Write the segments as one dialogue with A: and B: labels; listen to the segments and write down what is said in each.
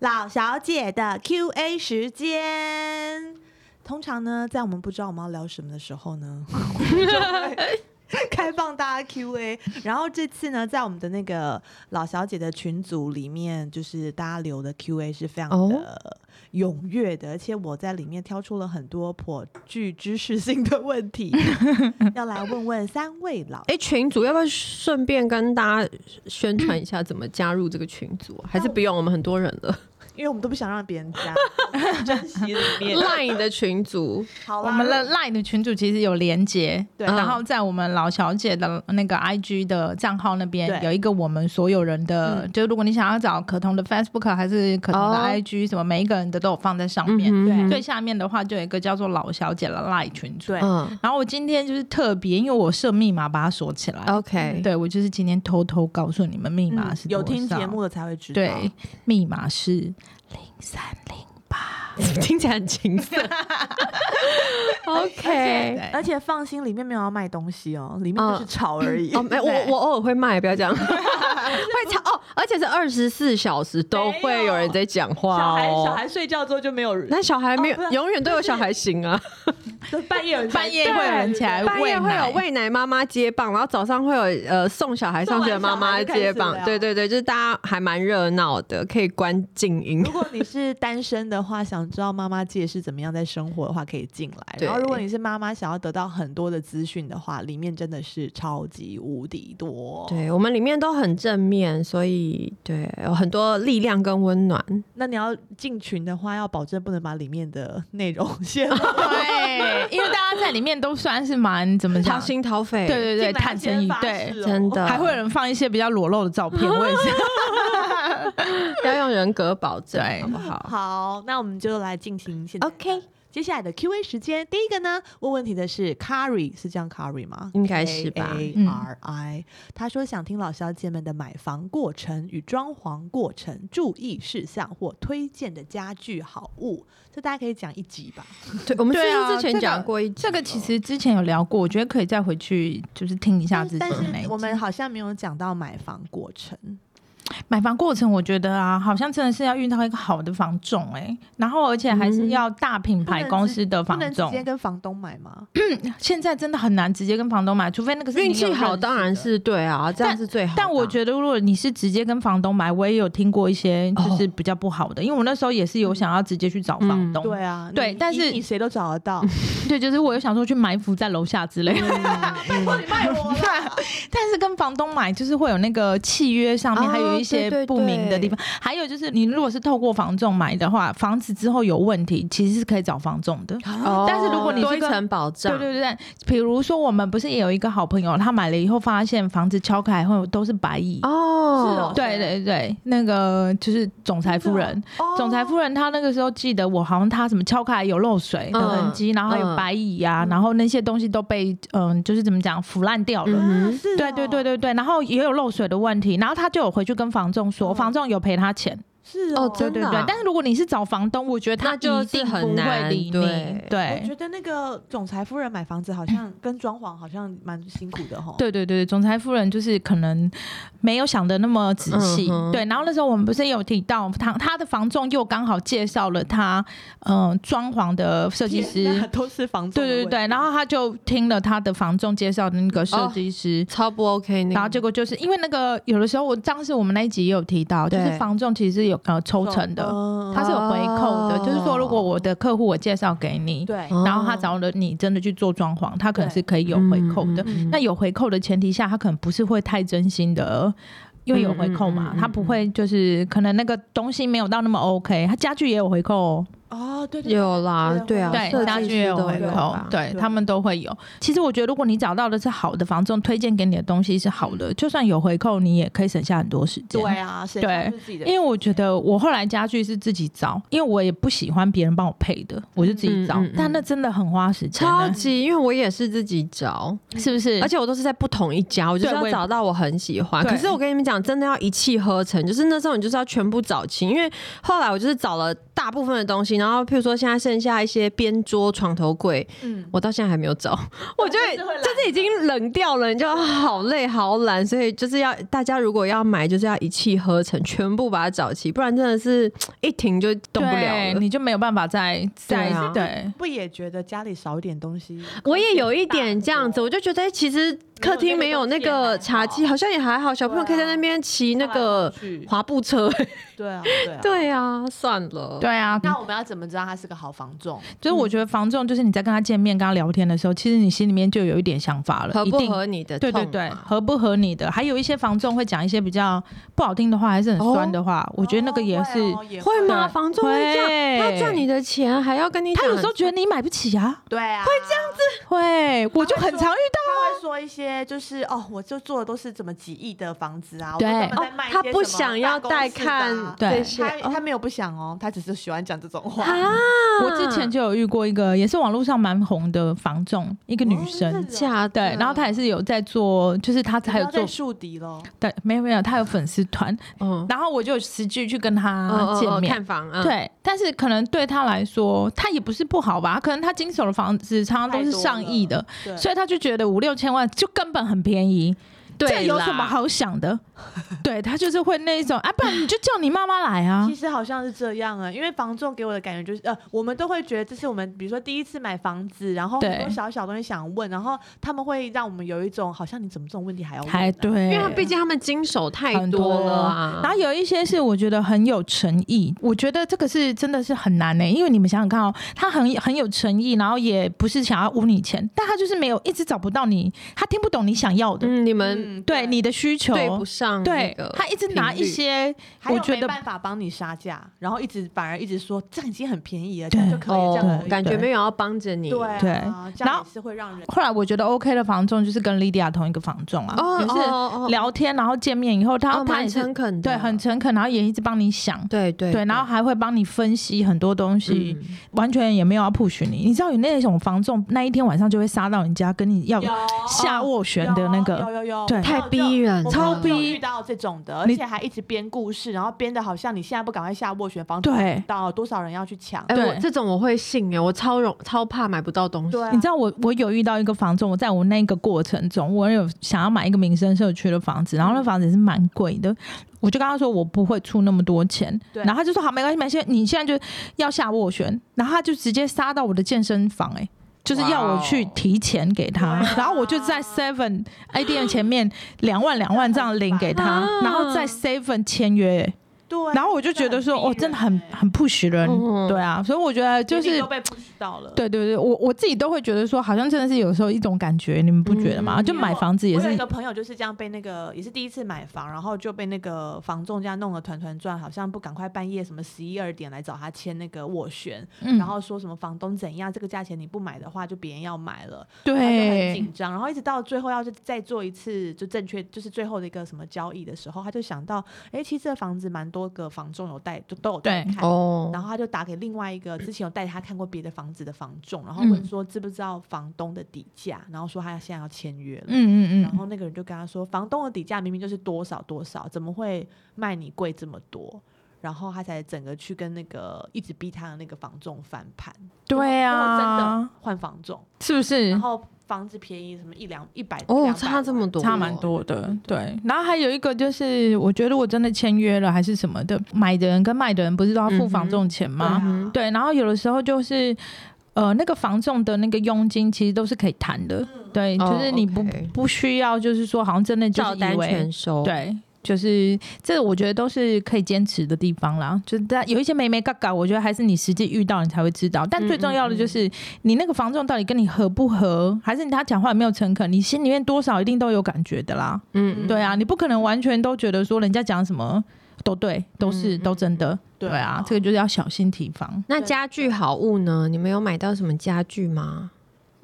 A: 老小姐的 Q&A 时间。通常呢，在我们不知道我们要聊什么的时候呢，我们就会开放大家 Q&A。然后这次呢，在我们的那个老小姐的群组里面，就是大家留的 Q&A 是非常的踊跃的，而且我在里面挑出了很多颇具知识性的问题，要来问问三位老
B: 哎、群主要不要顺便跟大家宣传一下怎么加入这个群组、啊？还是不用，我们很多人了。
A: 因为我们都不想让别人加，我们很珍惜里 面。
B: Line 的群组，
A: 好啦，嗯
C: 我们的 LINE 的群组其实有连接，
A: 对
C: 然后在我们老小姐的那个 IG 的账号那边
A: 对嗯
C: 有一个我们所有人的，就如果你想要找可彤的 Facebook 还是可彤的
B: 哦
C: IG，、什么每一个人的都有放在上面。
B: 嗯
C: 最下面的话就有一个叫做老小姐的 LINE 群组。
A: 对
B: 嗯
C: 然后我今天就是特别，因为我设密码把它锁起来。
B: 嗯，OK，
C: 对，我就是今天偷偷告诉你们密码
A: 哦嗯
C: 是多
A: 有
C: 少、
A: 听节目的才会知道。
C: 对，密码是 零三零八。
B: 听起来很 青涩。OK，
C: 对
A: 而且放心，里面没有要卖东西哦，里面就是炒而已。
C: 嗯
B: 哦， 没，我
C: 对
B: 我偶尔会卖，不要讲，会吵哦，而且是二十四小时都会有人在讲
A: 小
B: 话
A: 孩
B: 哦。
A: 小孩睡觉之后就没有人，
B: 那小孩没有
A: 哦不，是
B: 永远都有小孩醒啊。
A: 就半夜有人起来
C: 半夜会有人起
A: 哎
C: 来
B: 半夜
C: 喂
B: 会
C: 奶
B: 有喂奶妈妈接棒，然后早上会有呃送小孩上学的妈妈接
A: 送完小
B: 棒
A: 孩就开始。聊
B: 对对对，就是大家还蛮热闹的，可以关静音
A: 如。果你是单身的话，想知道妈妈界是怎么样在生活的话，可以进来。
B: 对
A: 然后，如果你是妈妈，想要得到很多的资讯的话，里面真的是超级无敌多。，哦
B: 对我们里面都很正面，所以对有很多力量跟温暖。
A: 那你要进群的话，要保证不能把里面的内容 泄露。
C: 对，因为大家在里面都算是蛮怎么
B: 掏
C: 讲？
B: 心掏肺，
C: 对对对，坦诚以对，
A: 哦
B: 真的
C: 还会有人放一些比较裸露的照片，我 也是。
B: 要用人格保证，
C: 对
B: 好不好？
A: 好，那我们就来进行现在
B: OK
A: 接下来的 Q&A 时间。第一个呢，问问题的是 Carry，是这样 Carry 吗？
B: 应该是吧
A: K A
C: 嗯
A: R I，、他说想听老小姐们的买房过程与装潢过程注意事项或推荐的家具好物，这大家可以讲一集吧。
B: 对，我们是
C: 对
B: 不
C: 啊
B: 是之前讲过一集
C: 这个其实之前有聊过，我觉得可以再回去就是听一下
A: 但
C: 自己
A: 但
C: 的那一
A: 是
C: 集。
A: 我们好像没有讲到买房过程，
C: 买房过程，我觉得啊，好像真的是要遇到一个好的房仲哎、然后而且还是要大品牌公司的
A: 嗯不
C: 房
A: 能直
C: 仲
A: 接。跟房东买吗？
C: 现在真的很难直接跟房东买，除非那个是你
B: 运
C: 有
B: 气
C: 认识
B: 好
C: 的
B: 当然。是对啊，这样是最好的啊。
C: 但我觉得，如果你是直接跟房东买，我也有听过一些
A: 哦
C: 就是比较不好的，因为我那时候也是有想要直接去找房东，
A: 对啊，
C: 对
A: 你
C: 但是
A: 你谁都找得到，
C: 对，就是我有想说去埋伏在楼下之类
A: 嗯
C: 的，
A: 拜托你卖我啦！
C: 但是跟房东买就是会有那个契约上面
B: 哦
C: 还有一些
B: 对对
C: 不明的地方，还有就是你如果是透过房仲买的话，房子之后有问题其实是可以找房仲的。
B: 哦，
C: 但是如果你是
B: 多一
C: 跟
B: 层保
C: 对
B: 障，
C: 对对，比如说我们不是也有一个好朋友，他买了以后发现房子敲开后都是白蚁，
A: 是哦
B: 哦，
C: 对对对，那个就是总裁夫人，
A: 哦
C: 总裁夫人她那个时候记得我好像她什么敲开有漏水的痕迹，
B: 嗯
C: 然后还有白蚁啊，然后那些东西都被嗯，就是怎么讲腐烂掉了。
B: 嗯
A: 啊
B: 哼
A: 是哦
C: 对对对对对，然后也有漏水的问题，然后她就有回去跟房仲说，
A: 嗯
C: 房仲有赔她钱，
A: 是
B: 哦
A: 哦，
B: 真的
C: 对
B: 啊
C: 对。但是如果你是找房东，我觉得他
B: 那就
C: 一定
B: 是很
C: 不会
B: 难
C: 理你。
B: 对
A: 我
C: 对
A: 觉得那个总裁夫人买房子好像跟装潢好像蛮辛苦的哈。
C: 对对对，总裁夫人就是可能没有想的那么仔细，
B: 嗯哼
C: 对。然后那时候我们不是也有提到，他他的房仲又刚好介绍了他，嗯、装潢的设计
A: 天哪
C: 师，
A: 都是房子。
C: 对对对。然后他就听了他的房仲介绍的那个
B: 哦
C: 设计师。
B: 超不 OK 那个，
C: 然后结果就是因为那个，有的时候我当时我们那一集也有提到，就
B: 对
C: 是房仲其实是有呃抽成的，
A: 嗯
C: 他是有回扣的，
B: 哦
C: 就是说如果我的客户我介绍给你，
A: 对
B: 哦
C: 然后他找了你真的去做装潢，他可能
A: 对
C: 是可以有回扣的。
A: 嗯
C: 那有回扣的前提下，他可能不是会太真心的，因为有回扣嘛，
B: 嗯嗯嗯嗯
C: 他不会就是可能那个东西没有到那么 OK，他家具也有回扣哦，
A: 哦，对对对
B: 有啦，对啊，
C: 对，
B: 设
C: 家
B: 计
C: 具也
B: 师
C: 有
B: 都
C: 回
B: 有
C: 扣
B: 吧，
C: 对
A: 对
C: 他们都会有。其实我觉得，如果你找到的是好的房仲推荐给你的东西是好的，就算有回扣，你也可以省下很多时间。
A: 对啊，谁
C: 对
A: 就是自己的
C: 因为我觉得我后来家具是自己找，因为我也不喜欢别人帮我配的，我就自己找。
B: 嗯嗯嗯
C: 但那真的很花时间
B: 超
C: 欸，
B: 级，因为我也是自己找，
C: 是不是？
B: 而且我都是在不同一家，我就是
C: 对
B: 要
C: 我也
B: 找到我很喜欢。
C: 对
B: 可是我跟你们讲，真的要一气呵成，就是那时候你就是要全部找齐，因为后来我就是找了大部分的东西，然后譬如说现在剩下一些边桌、床头柜，
A: 嗯，
B: 我到现在还没有找， 我觉得
C: 哦就是会懒
B: 就是已经冷掉了，你就好累好懒，所以就是要大家如果要买，就是要一气呵成，全部把它找齐，不然真的是一停就动不了
C: 对
B: 了。
C: 你就没有办法再再
B: 对啊
C: 对。
A: 不也觉得家里少一点东西？
B: 我也有一点这样子，我就觉得哎其实客厅没有那个茶几，好像也还好，小朋友可以在那边骑那个滑步车。
A: 啊对啊， 对啊。
B: 对啊，算了。
C: 对啊，
A: 那我们要怎么知道它是个好房仲？
C: 所以我觉得房仲就是你在跟他见面、跟他聊天的时候，其实你心里面就有一点想法了，
B: 合不
C: 一定
B: 合你的
C: 对
B: 痛啊嘛？
C: 对对，合不合你的？还有一些房仲会讲一些比较不好听的话，还是很酸的话，我觉得那个也是。
A: 哦也
B: 会啊吗？
C: 对啊
B: 房仲会这样，
C: 会
B: 他赚你的钱还要跟你
C: 他有
B: 讲哦
C: 时候觉得你买不起啊，
A: 对啊，会这样子。
C: 会，我就很常遇到。
A: 他会说一些就是哦，我就做的都是怎么几亿的房子啊，我都
C: 对哦
A: 专门在卖一些
B: 他
A: 什么
B: 不想要带
A: 办公
B: 看
A: 室的啊
C: 对
B: 这些
A: 他他没有不想哦，他只是喜欢讲这种话。
B: 啊！
C: 我之前就有遇过一个，也是网络上蛮红的房仲，一个 女
A: 哦
C: 生
A: 真，的
B: 假的，啊
C: 对，然后她也是有在做，就是她
A: 你不
C: 还有
A: 要
C: 做
A: 再，树敌喽，
C: 对，没有没有，她有粉丝团，
B: 嗯
C: 然后我就实际去跟
B: 哦
C: 她见
B: 哦
C: 面，
B: 看房啊，嗯，
C: 对，但是可能对他来说，他也不是不好吧？可能他经手的房子常常都是上亿的，
A: 对
C: 所以他就觉得五六千万就根本很便宜，
B: 对
C: 这有
B: 啦
C: 什么？好想 的？对他就是会那一种啊，不然你就叫你妈妈来啊
A: 其。实好像是这样啊，因为房仲给我的感觉就是，呃，我们都会觉得这是我们，比如说第一次买房子，然后很多
C: 对
A: 小小东西想问，然后他们会让我们有一种好像你怎么这种问题还要问、啊
C: 还。哎对，
B: 因为他毕竟他们经手太
C: 很
B: 多
C: 多
B: 了啊，
C: 然后有一些是我觉得很有诚意，我觉得这个是真的是很难呢、因为你们想想看哦，他很很有诚意，然后也不是想要污你钱，但他就是没有一直找不到你，他听不懂你想要的，
B: 嗯，你们
C: 对你的需求
B: 对不上那
C: 对
B: 个，
C: 他一直拿
B: 频
C: 一
B: 率
C: 些，
A: 还
C: 我
A: 有
C: 觉
A: 没
C: 得
A: 办法帮你杀价，然后一直反而一直说这样已经很便宜了，这样就可以，这样
B: 哦
A: 可，以
B: 感觉
C: 对
B: 没有要帮着你，
A: 对
B: 哦
A: 对啊，这
C: 然
A: 样
C: 后
A: 也是会让人
C: 后来我觉得 OK 的房仲就是跟 Lydia 同一个房仲啊，
B: 哦
C: 就是
B: 哦，
C: 聊天然后见面以后，他、
B: 哦
C: 他也
B: 蛮
C: 是
B: 诚恳的，
C: 对很诚恳，然后也一直帮你想。
B: 对对
C: 对，然后还会帮你分析很多东西，
B: 嗯
C: 完全也没有要 push 你。你知道有那种房仲，那一天晚上就会杀到你家，跟你要下斡旋的那
A: 有
C: 个，
A: 有有，
C: 对
B: 太逼人了，
A: 我
C: 超
A: 朋友
C: 逼
A: 遇到这种的，而
C: 你
A: 且还一直编故事，然后编的好像你现在不赶快下斡旋，房主
C: 对
A: 到多少人要去抢，
B: 哎，我
C: 对
B: 这种我会信哎，我超容超怕买不到东西
A: 对，啊
C: 你知道我我有遇到一个房仲，我在我那个过程中，我有想要买一个民生社区的房子，然
A: 嗯
C: 后那房子也是蛮贵的，我就跟他说我不会出那么多钱，
A: 对
C: 然后他就说好没关系，没关系，你现在就要下斡旋，然后他就直接杀到我的健身房、欸，就是要我去提钱给他，
A: 哦哇哦
C: 然后我就在 Seven ADM 前面两万两万这样领给他
B: 啊，
C: 然后在 Seven 签约、欸
A: 对，啊
C: 然后我就觉得说，
A: 嗯很逼
C: 哦，
A: 人
C: 真的很
A: 欸
C: 很 push 人，
B: 嗯
C: 对啊，所以我觉得就
A: 一定
C: 是
A: 都被 push 到了，
C: 对对对，我我自己都会觉得说，好像真的是有时候一种感觉，你们不觉得吗？
B: 嗯
C: 就
A: 因为
C: 买
A: 我
C: 房子也
A: 我有
C: 是
A: 一个朋友就是这样被那个也是第一次买房，然后就被那个房仲这样弄得团团转，好像不赶快半夜什么十一二点来找他签那个斡旋，
C: 嗯
A: 然后说什么房东怎样，这个价钱你不买的话就别人要买了，然后就很
C: 对
A: 紧张，然后一直到最后要是再做一次就正确就是最后的一个什么交易的时候，他就想到，哎，其实这房子蛮多个房仲有带都都有带
C: 对
A: 看。
B: 哦
A: 然后他就打给另外一个之前有带他看过别的房子的房仲，然后问
C: 嗯
A: 说知不知道房东的底价，然后说他现在要签约了，
C: 嗯嗯
A: 然后那个人就跟他说，房东的底价明明就是多少多少，怎么会卖你贵这么多？然后他才整个去跟那个一直逼他的那个房仲翻盘，
C: 对啊
A: 最后真的换房仲，
C: 嗯，是不是
A: 然？后房子便宜什么一两一百
B: 哦，差这么，多，
C: 差蛮多的，对。然后还有一个就是，我觉得我真的签约了还是什么的，买的人跟卖的人不是都要付房仲钱
A: 200
C: 吗？
A: 万嗯对啊，
C: 对，然后有的时候就是，呃，那个房仲的那个佣金其实都是可以谈的，对，
B: 哦
C: 就是你不、
B: OK
C: 不需要就是说好像真的就
B: 照
C: 是以
B: 单
C: 为
B: 全收，
C: 对，就是这，我觉得都是可以坚持的地方啦。就是大家有一些眉眉嘎嘎，我觉得还是你实际遇到你才会知道。但最重要
B: 嗯
C: 的就是、你那个房仲到底跟你合不合，还是你他讲话有没有诚恳，你心里面多少一定都有感觉的啦。
B: 嗯，嗯，
C: 对啊，你不可能完全都觉得说人家讲什么都对，都
B: 嗯
C: 是、
B: 嗯
C: 都真的。对
A: 对
C: 啊
A: 啊，
C: 这个就是要小心提防。
B: 那家具好物呢？你们有买到什么家具吗？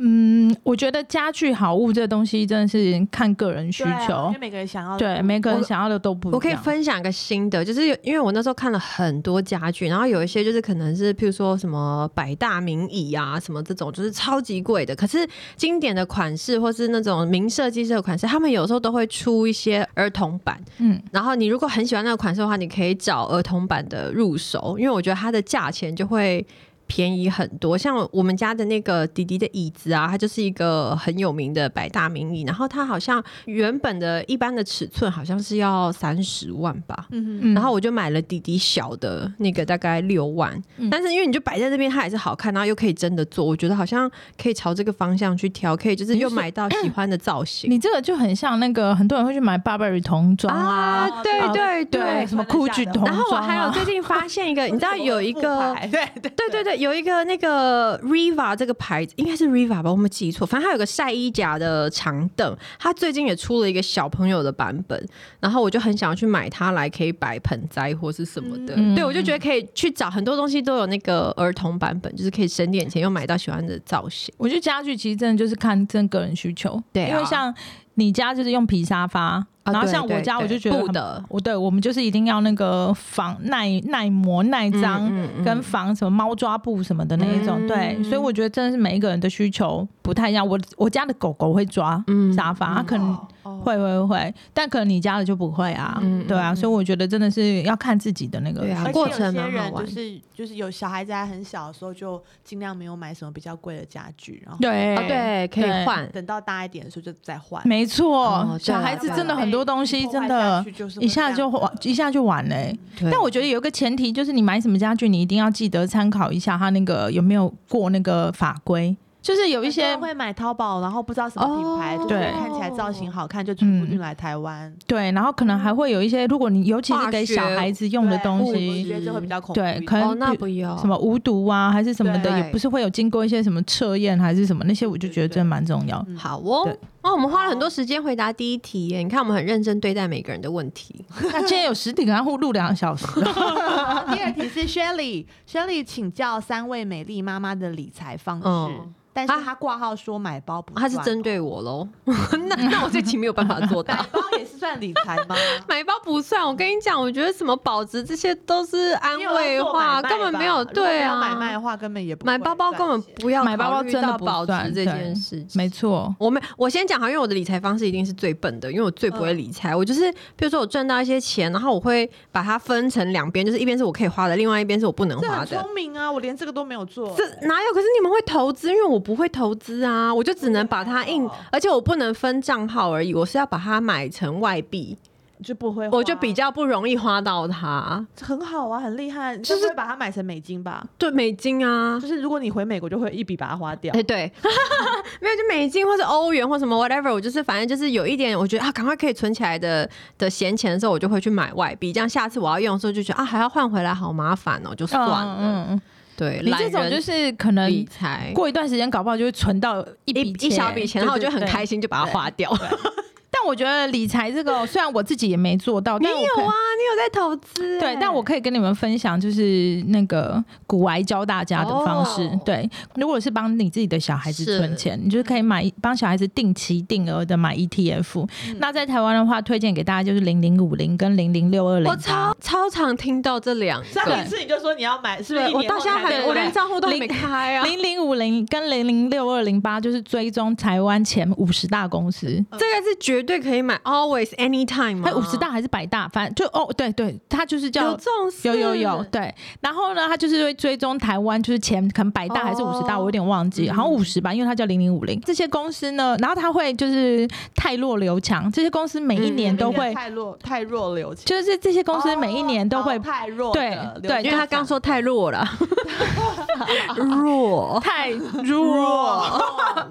C: 嗯，我觉得家具好物这东西真的是看个人需
A: 对啊因
C: 求
A: 为，每个人想要的
C: 对每个人想要的都不一样。
B: 我可以分享一个新的，就是有因为我那时候看了很多家具，然后有一些就是可能是譬如说什么百大名椅啊，什么这种就是超级贵的，可是经典的款式或是那种名设计师的款式，他们有时候都会出一些儿童版。
C: 嗯，
B: 然后你如果很喜欢那个款式的话，你可以找儿童版的入手，因为我觉得它的价钱就会。便宜很多，像我们家的那个迪迪的椅子啊，它就是一个很有名的百大名椅，然后它好像原本的一般的尺寸好像是
C: 哦
B: 要三十万吧，
A: 嗯
C: 嗯
B: 然后我就买了弟弟小的那个，大概六万。
C: 嗯
B: 但是因为你就摆在那边，它也是好看，然后又可以真的做，我觉得好像可以朝这个方向去挑，可以就是
C: 你是
B: 又买到喜欢的造型
C: 你这个就很像那个很多人会去买 Burberry 童装啊，
A: 啊
B: 对
C: 啊
B: 对对
C: 对，。什么
A: 真的假
C: GUCCI
A: 的
C: 童装、
B: 然
C: 啊。
B: 后我还有最近发现一 个，你知道有一个。
A: 对对
B: 对对对，有一个那个 Riva 这个牌子，应该是 Riva 吧，我没有记错。反正它有个晒衣夹的长凳，它最近也出了一个小朋友的版本，然后我就很想要去买它来可以摆盆栽或是什么的。
C: 嗯
B: 对，我就觉得可以去找很多东西都有那个儿童版本，就是可以省点钱又买到喜欢的造型。
C: 我觉得家具其实真的就是看真个人需求，
B: 对啊
C: 因为像你家就是用皮沙发，
B: 啊
C: 然后
B: 对
C: 像我
B: 对
C: 家
B: 对
C: 我就觉得
B: 布
C: 很
B: 的，
C: 我对我们就是一定要那个防耐耐磨耐脏。
B: 嗯嗯
C: 跟防什么猫抓布什么的那一种，
B: 嗯
C: 对，所以我觉得真的是每一个人的需求不太一样。我我家的狗狗会抓
B: 嗯
C: 沙发，它可能
A: 哦
C: 会会会，但可能你家的就不会啊，
B: 嗯
C: 对啊，所以我觉得真的是要看自己的那个
B: 对啊
A: 而且
B: 过
A: 有
B: 程
A: 些
B: 蛮好
A: 人就
B: 玩
A: 是就是有小孩子还很小的时候，就尽量没有买什么比较贵的家具，然后
C: 啊对
B: 哦，对，可以
C: 对
B: 换。
A: 等到大一点的时候就再换。
C: 没错，
B: 哦对
C: 小
B: 啊
C: 孩子
B: 对啊
C: 真的很多东西真的一下就完，一下就完嘞、
B: 对
C: 但我觉得有一个前提就是，你买什么家具，你一定要记得参考一下他那个有没有过那个法规，就是有
A: 有
C: 一些
A: 会买淘宝，然后不知道什么品牌，
B: 哦
A: 就是
C: 对
A: 看起来造型好看，就全部
C: 嗯
A: 运来台湾。
B: 嗯
C: 对，然后可能还会有一些，如果你尤其是给小孩子用的东
A: 对我
C: 西，
A: 觉得这会比较恐怖一
C: 对
A: 点。
C: 可能
B: 哦，那不要
C: 什么无毒啊还是什么的，
A: 对
C: 也不是会有经过一些什么测验还是什么那些，我就觉得真的蛮重要。
B: 好哦
C: 对。
B: 哦，我们花了很多时间回答第一题耶，你看我们很认真对待每个人的问题。
C: 那今天有实体跟他互录两个小时，
A: 第二题是 Shelly，Shelly 请教三位美丽妈妈的理财方式，
B: 嗯
A: 但是
B: 啊
A: 她挂号说买包不
B: 他是
A: 算
B: 针对我喽， 那那我这题没有办法做到
A: 买。包也是算理财 吗？
B: 买包不算，我跟你讲，我觉得什么保值这些都是安慰话，根本没有对啊。
A: 买卖的话根本也不
B: 买包包根本不要
C: 买包包
B: 考虑
C: 真的
B: 到
C: 不
B: 保值
C: 算
B: 这
C: 对
B: 件事情。
C: 没错，
B: 我没，我先讲哈，因为我的理财方式一定是最笨的，因为我最不会理财。我就是，比如说我赚到一些钱，然后我会把它分成两边，就是一边是我可以花的，另外一边是我不能
A: 这
B: 花
A: 很
B: 的。
A: 聪明啊，我连这个都没有做。
B: 这哪有？可是你们会投资，因为我不会投资啊，我就只能把它印
A: 哦，
B: 而且我不能分账号而已，我是要把它买成外币，
A: 就不会花，
B: 我就比较不容易花到它。
A: 很好啊，很厉害。就是会把它买成美金吧，
B: 对，美金啊
A: 就，是如果你回美国，就会一笔把它花掉
C: 啊
B: 哎、。 对，没有就美金或是欧元或什么 whatever，我就是反正就是有一点，我觉得啊，赶快可以存起来的的闲钱的时候，我就会去买外币，这样下次我要用的时候就觉得啊，还要换回来，好麻烦哦，就算了。
C: 嗯嗯，
B: 对，
C: 你这
B: 懒
C: 种
B: 人
C: 就是可能
B: 理财。
C: 过一段时间，搞不好就会存到一笔
B: 一小笔钱，然后我就很开
C: 心。
B: 心，就把它花掉。
C: 但我觉得理财这个 哦，虽然我自己也没做到，
B: 你
C: 但我可
B: 有啊，你有在投资、
C: 对，但我可以跟你们分享，就是那个古癌教大家的方式。
B: 哦
C: 对，如果是帮你自己的小孩子
B: 是
C: 存钱，你就可以买帮小孩子定期定额的买 ETF。那
B: 嗯
C: 在台湾的话，推荐给大家就是零零五零跟零零六二零。
B: 我超超常听到这两
A: 上
B: 个，
A: 一次你就说你要买，是不是
B: 对
A: 一
B: 我
A: 年
B: 到
A: 后
B: 现
A: 才
B: 在
A: 买？
B: 还
C: 对
B: 没，
C: 对
B: 我连账户都还没开啊。
C: 零零五零跟零零六二零八就是追踪台湾前五十大公司，
B: 这个是绝对可以买，always anytime 啊吗
C: 哎，？五十大还是百大，反正就哦，对对，它就是叫
B: 有这种事
C: 有有有，对。然后呢，他就是会追踪台湾，就是前可能百大还是五十大，
B: 哦
C: 我有点忘记，好像五十吧，因为它叫零零五零。这些公司呢，然后他会就是太弱留强，这些公司每一
B: 嗯
C: 年都
A: 明
C: 会
A: 年，太弱太弱流行。
C: 就是这些公司每一年都会。
A: 哦太弱
C: 对
A: 的
C: 对
A: 流行
B: 因为他刚说太弱 了，弱
C: 太哦
A: 哦
C: 弱
A: 弱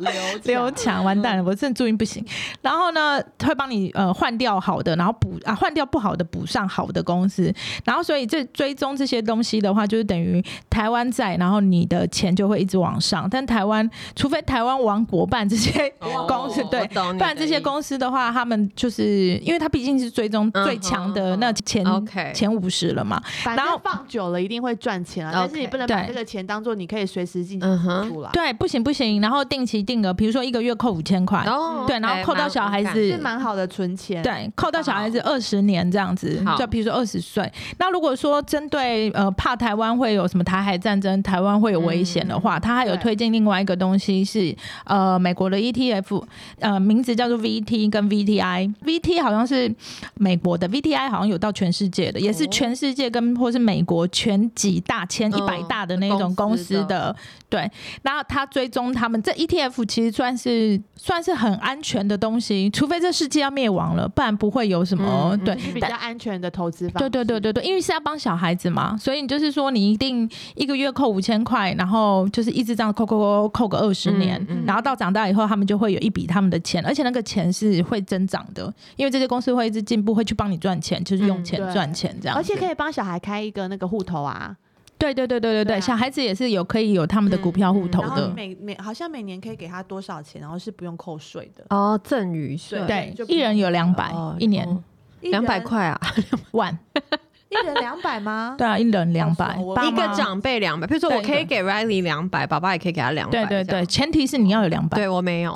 A: 流
C: 留强，完蛋了，我真的注音不行。然后呢，会帮你呃换掉好的，然后补啊换掉不好的补上好的公司。然后所以这追踪这些东西的话，就是等于台湾在，然后你的钱就会一直往上。但台湾除非台湾王国办这些
B: 哦
C: 公司，对
B: 我，懂 你
C: 不然这些
B: 的意思
C: 公司的话，他们就是因为它毕竟是追踪最强的那前、
B: OK
C: 前五十了嘛，
A: 反
C: 然
A: 正
C: 后
A: 放久了一定会赚钱啊，
B: OK，
A: 但是你不能把
C: 对
A: 这个钱当做你可以随时进
B: 嗯
A: 行
B: 哼
A: 支出啦，
C: 对，不行不行，然后定期定额，比如说一个月扣五千块，
B: 哦
C: 对然后扣到小孩子
A: 是
B: 嗯
A: 蛮好的存钱。，
C: 对，扣到小孩子二十年这样子
B: 好，
C: 就比如说二十岁。那如果说针对呃怕台湾会有什么台海战争，台湾会有危险的话，他还有
A: 对
C: 推荐另外一个东西是呃美国的 ETF，呃名字叫做 VT 跟 VTI。VT 好像是美国的，VTI 好像有到全世界的，也是
B: 哦
C: 全世界跟或是美国全几大前一百
B: 嗯
C: 大的那种
B: 公
C: 公
B: 司
C: 司的。对，然后他追踪他们这 ETF 其实算是算是很安全的东西，除非这世界要灭亡了，不然不会有什
B: 嗯
C: 么、
B: 嗯
C: 对
A: 是比
C: 但
A: 较安全的投资方
C: 对
A: 式。
C: 对对对对，因为是要帮小孩子嘛，所以你就是说你一定一个月扣五千块，然后就是一直这样扣扣扣扣个二十年，
B: 嗯嗯
C: 然后到长大以后他们就会有一笔他们的钱，而且那个钱是会增长的，因为这些公司会一直进步，会去帮你赚钱，就是用
B: 嗯
C: 钱
A: 对
C: 赚钱这样子、
A: 而且可以帮小孩开一个那个户头啊，
C: 对对对对对对，
A: 对啊
C: 小孩子也是有可以有他们的股票户头
B: 嗯嗯
A: 然后
C: 的
A: 你。每每好像每年可以给他多少钱，然后是不用扣税的，
B: 哦，赠与税
A: 对
C: 对
A: 就，不
C: 一人有两百、
B: 哦
C: 一年
B: 哦
A: 一
B: 两百
A: 人，
B: 块啊，
C: 万，
A: 一人两百吗？
C: 对啊，一人两百
A: 哦，我
C: 爸
B: 一个
C: 妈
B: 长辈两百，比如说
C: 对
B: 我可以给 Riley 两百，爸爸也可以给他两百，
C: 对对
B: 这样
C: 对，，前提是你要有两百，
B: 对我没有，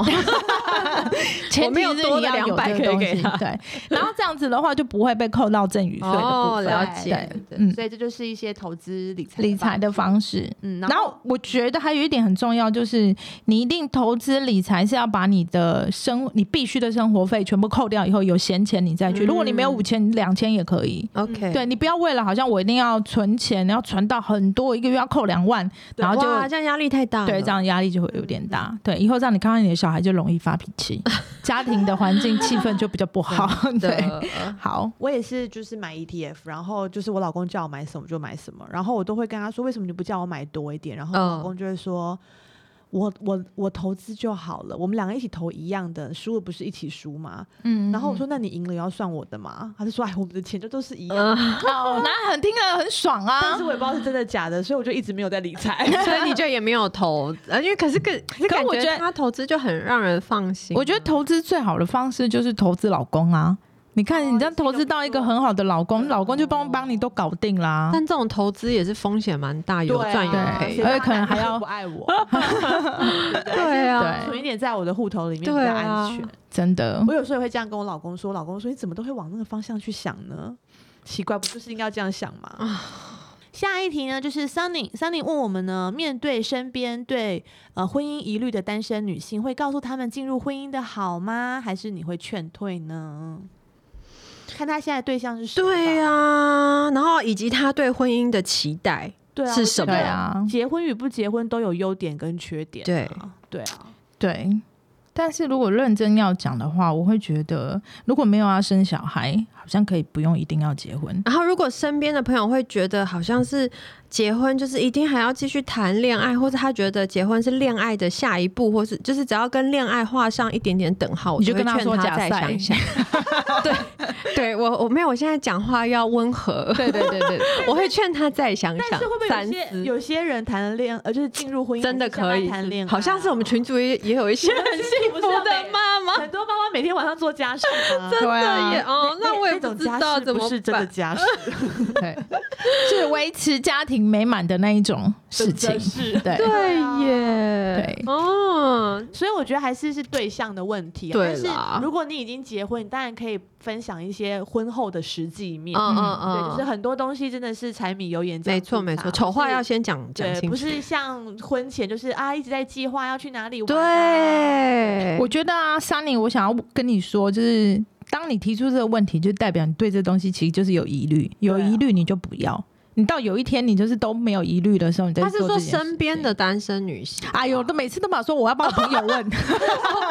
C: 前提
B: 没有
C: 是
B: 多
C: 你
B: 的
C: 要有
B: 200
C: 这个
B: 可以
C: 东
B: 给
C: 西
B: 他
C: 对，然后这样子的话就不会被扣到赠与税的部
B: 哦，
C: 分。
B: 了
A: 对
B: 解，
C: 对嗯，
A: 所以这就是一些投资理财
C: 理财的
A: 式，
C: 方式。
A: 嗯，然
C: 然后我觉得还有一点很重要，就是你一定投资理财是要把你的生你必须的生活费全部扣掉以后，有闲钱你再去。如果你没有
B: 嗯
C: 五千，两千也可以。
B: OK，
C: 对你不要为了好像我一定要存钱，要存到很多，一个月要扣两万，然后就
B: 哇这样压力太大了，
C: 对，这样压力就会有点大。对，以后让你看到你的小孩就容易发脾气，家庭的环境气氛就比较不好。对，
B: 的，
C: 好，
A: 我也是，就是买 ETF，然后就是我老公叫我买什么就买什么，然后我都会跟他说，为什么你不叫我买多一点？然后我
B: 嗯
A: 老公就会说，我我我投资就好了，我们两个一起投一样的，输了不是一起输吗？
C: 嗯
A: 然后我说，那你赢了也要算我的嘛？他就说，哎，我们的钱就都是一样，
B: 嗯，
C: 哦，那很听了很爽
A: 但
C: 啊
A: 是。我也不知道是真的假的，所以我就一直没有在理 财。
B: 所以你就也没有投，呃，因为可是个，呃 可是
C: 可
B: 感
C: 我觉得
B: 他投资就很让人放心，
C: 我觉得投资最好的方式就是投资老公啊。你
A: 哦
C: 看，你这
A: 也是一
C: 样
A: 个
C: 投资到一个很好的老公，老公就帮帮你都搞定啦。
B: 但这种投资也是风险蛮大，有赚有
A: 对啊
B: 赔
A: 谁
C: 对
B: 的。
C: 而
A: 让
C: 且可能
A: 他
C: 还要
A: 不爱我，
B: 对啊，
C: 对
A: 存一点在我的户头里面比
B: 对
A: 较
B: 啊
A: 安全。
C: 真
B: 嗯
C: 的
A: 我有时候也会这样跟我老公说，老公说你怎么都会往那个方向去想呢？奇怪，不就是应该要这样想吗？
B: 啊
A: 下一题呢，就是 Sunny Sunny 问我们呢，面对身边对呃婚姻疑虑的单身女性，会告诉她们进入婚姻的好吗？还是你会劝退呢？看她现在对象是谁吧？
B: 对啊，然后以及他对婚姻的期待，
A: 对啊，
B: 是
A: 我觉
B: 什么
A: 得
C: 对啊，
A: 结婚与不结婚都有优点跟缺点、啊，对啊，
C: 对。但是如果认真要讲的话，我会觉得如果没有要生小孩，好像可以不用一定要结婚。
B: 然后，如果身边的朋友会觉得好像是结婚就是一定还要继续谈恋爱，或者他觉得结婚是恋爱的下一步，或是就是只要跟恋爱画上一点点等号，我
C: 你就
B: 会
C: 跟他
B: 劝
C: 说
B: 他
C: 假
B: 再
C: 赛
B: 想 一想。对，对我我没有，我现在讲话要温和，
C: 对对对对，
B: 我会劝他再想想
A: 但是会不会
B: 三
A: 有些
B: 思。
A: 有些人谈了恋，呃，就是进入婚姻
B: 真的
A: 还是像他
B: 可以
A: 谈恋爱啊，
B: 好像是我们群主也也 有一些 很幸福
A: 啊
B: 的妈妈，
A: 很多妈妈每天晚上做家事吗？
B: 真
C: 对啊
B: 的也哦，那我也
A: 那
B: 不
A: 种
B: 知
A: 家
B: 道
A: 事
B: 怎
A: 不
B: 么
A: 是真的
B: 办。
A: 家事，
C: 对，是维持家庭美满的那一种事情
A: 真。是。
C: 对，
B: 对
A: 啊
B: 耶，
C: 对
B: 哦，
A: 所以我觉得还是是对象的问题啊。
B: 对
A: 但是
B: 啦
A: 如果你已经结婚，你当然可以分享一些婚后的实际面。
B: 嗯嗯
A: 对，就
B: 嗯
A: 是，很多东西真的是柴米油盐酱
B: 没
A: 醋茶
B: 错没错，丑话要
A: 不是
B: 先讲讲
A: 对，
B: 清
A: 不
B: 楚。
A: 是像婚前就是啊一直在计划要去哪里玩啊。
B: 对，
C: 我觉得啊，Sunny，我想要跟你说，就是当你提出这个问题，就代表你对这东西其实就是有疑虑，
B: 啊
C: 有疑虑你就不要。你到有一天你就是都没有疑虑的时候，你再
B: 他
C: 做
B: 是
C: 这
B: 说
C: 件事
B: 身边的单身女性哦
C: 情。，哎呦，都每次都把说我要帮朋友问，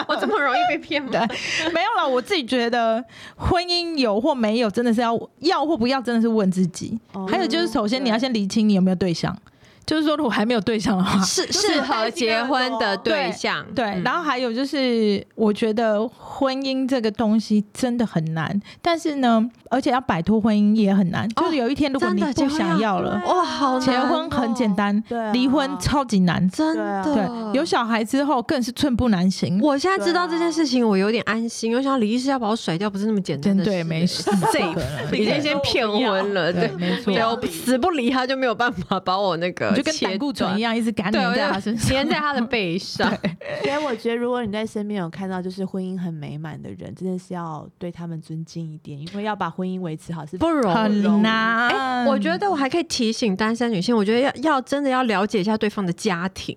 B: 我这么容易被骗吗？
C: 对没有了。我自己觉得婚姻有或没有，真的是要要或不要，真的是问自己。
A: 哦
C: 还有就是，首先
A: 对
C: 你要先厘清你有没有对象，就是说如果还没有对象的话，
B: 适
A: 就是
B: 适合结婚的对
C: 对
B: 象，
C: 对，啊
B: 嗯
C: 然后还有就是，我觉得婚姻这个东西真的很难，但是呢，而且要摆脱婚姻也很难。就是有一天如果
B: 哦真
C: 你
B: 的结
C: 不
B: 婚
C: 想
B: 要
C: 要了，
A: 对
B: 哇，好
C: 结
B: 难
C: 婚很简
B: 哦，
C: 单，
A: 对啊
C: 离婚超级难。
B: 真
A: 对啊
B: 的
C: 对，有小孩之后更是寸步难行。
B: 我现在知道
A: 对啊
B: 这件事情，我有点安心。我想离异是要把我甩掉，不是那么简单
C: 真
B: 的事。欸
C: 对，没事，
B: safe，已经先骗婚了，
C: 对
B: 对，
C: 没错
B: 对，我死不离他就没有办法把我那个
C: 我就跟
B: 切
C: 胆固醇
B: 断
C: 一，样，一直感
B: 对，
C: 染
B: 我
C: 在他
B: 就
C: 身上。
B: 粘在他的背上。
A: 所以我觉得，如果你在身边有看到就是婚姻很美满的人，真的是要对他们尊敬一点，因为要把婚姻维持好是
B: 不容易
C: 很难、
A: 嗯
B: 哎我觉得我还可以提醒单身女性，我觉得要要真的要了解一下对方的家庭。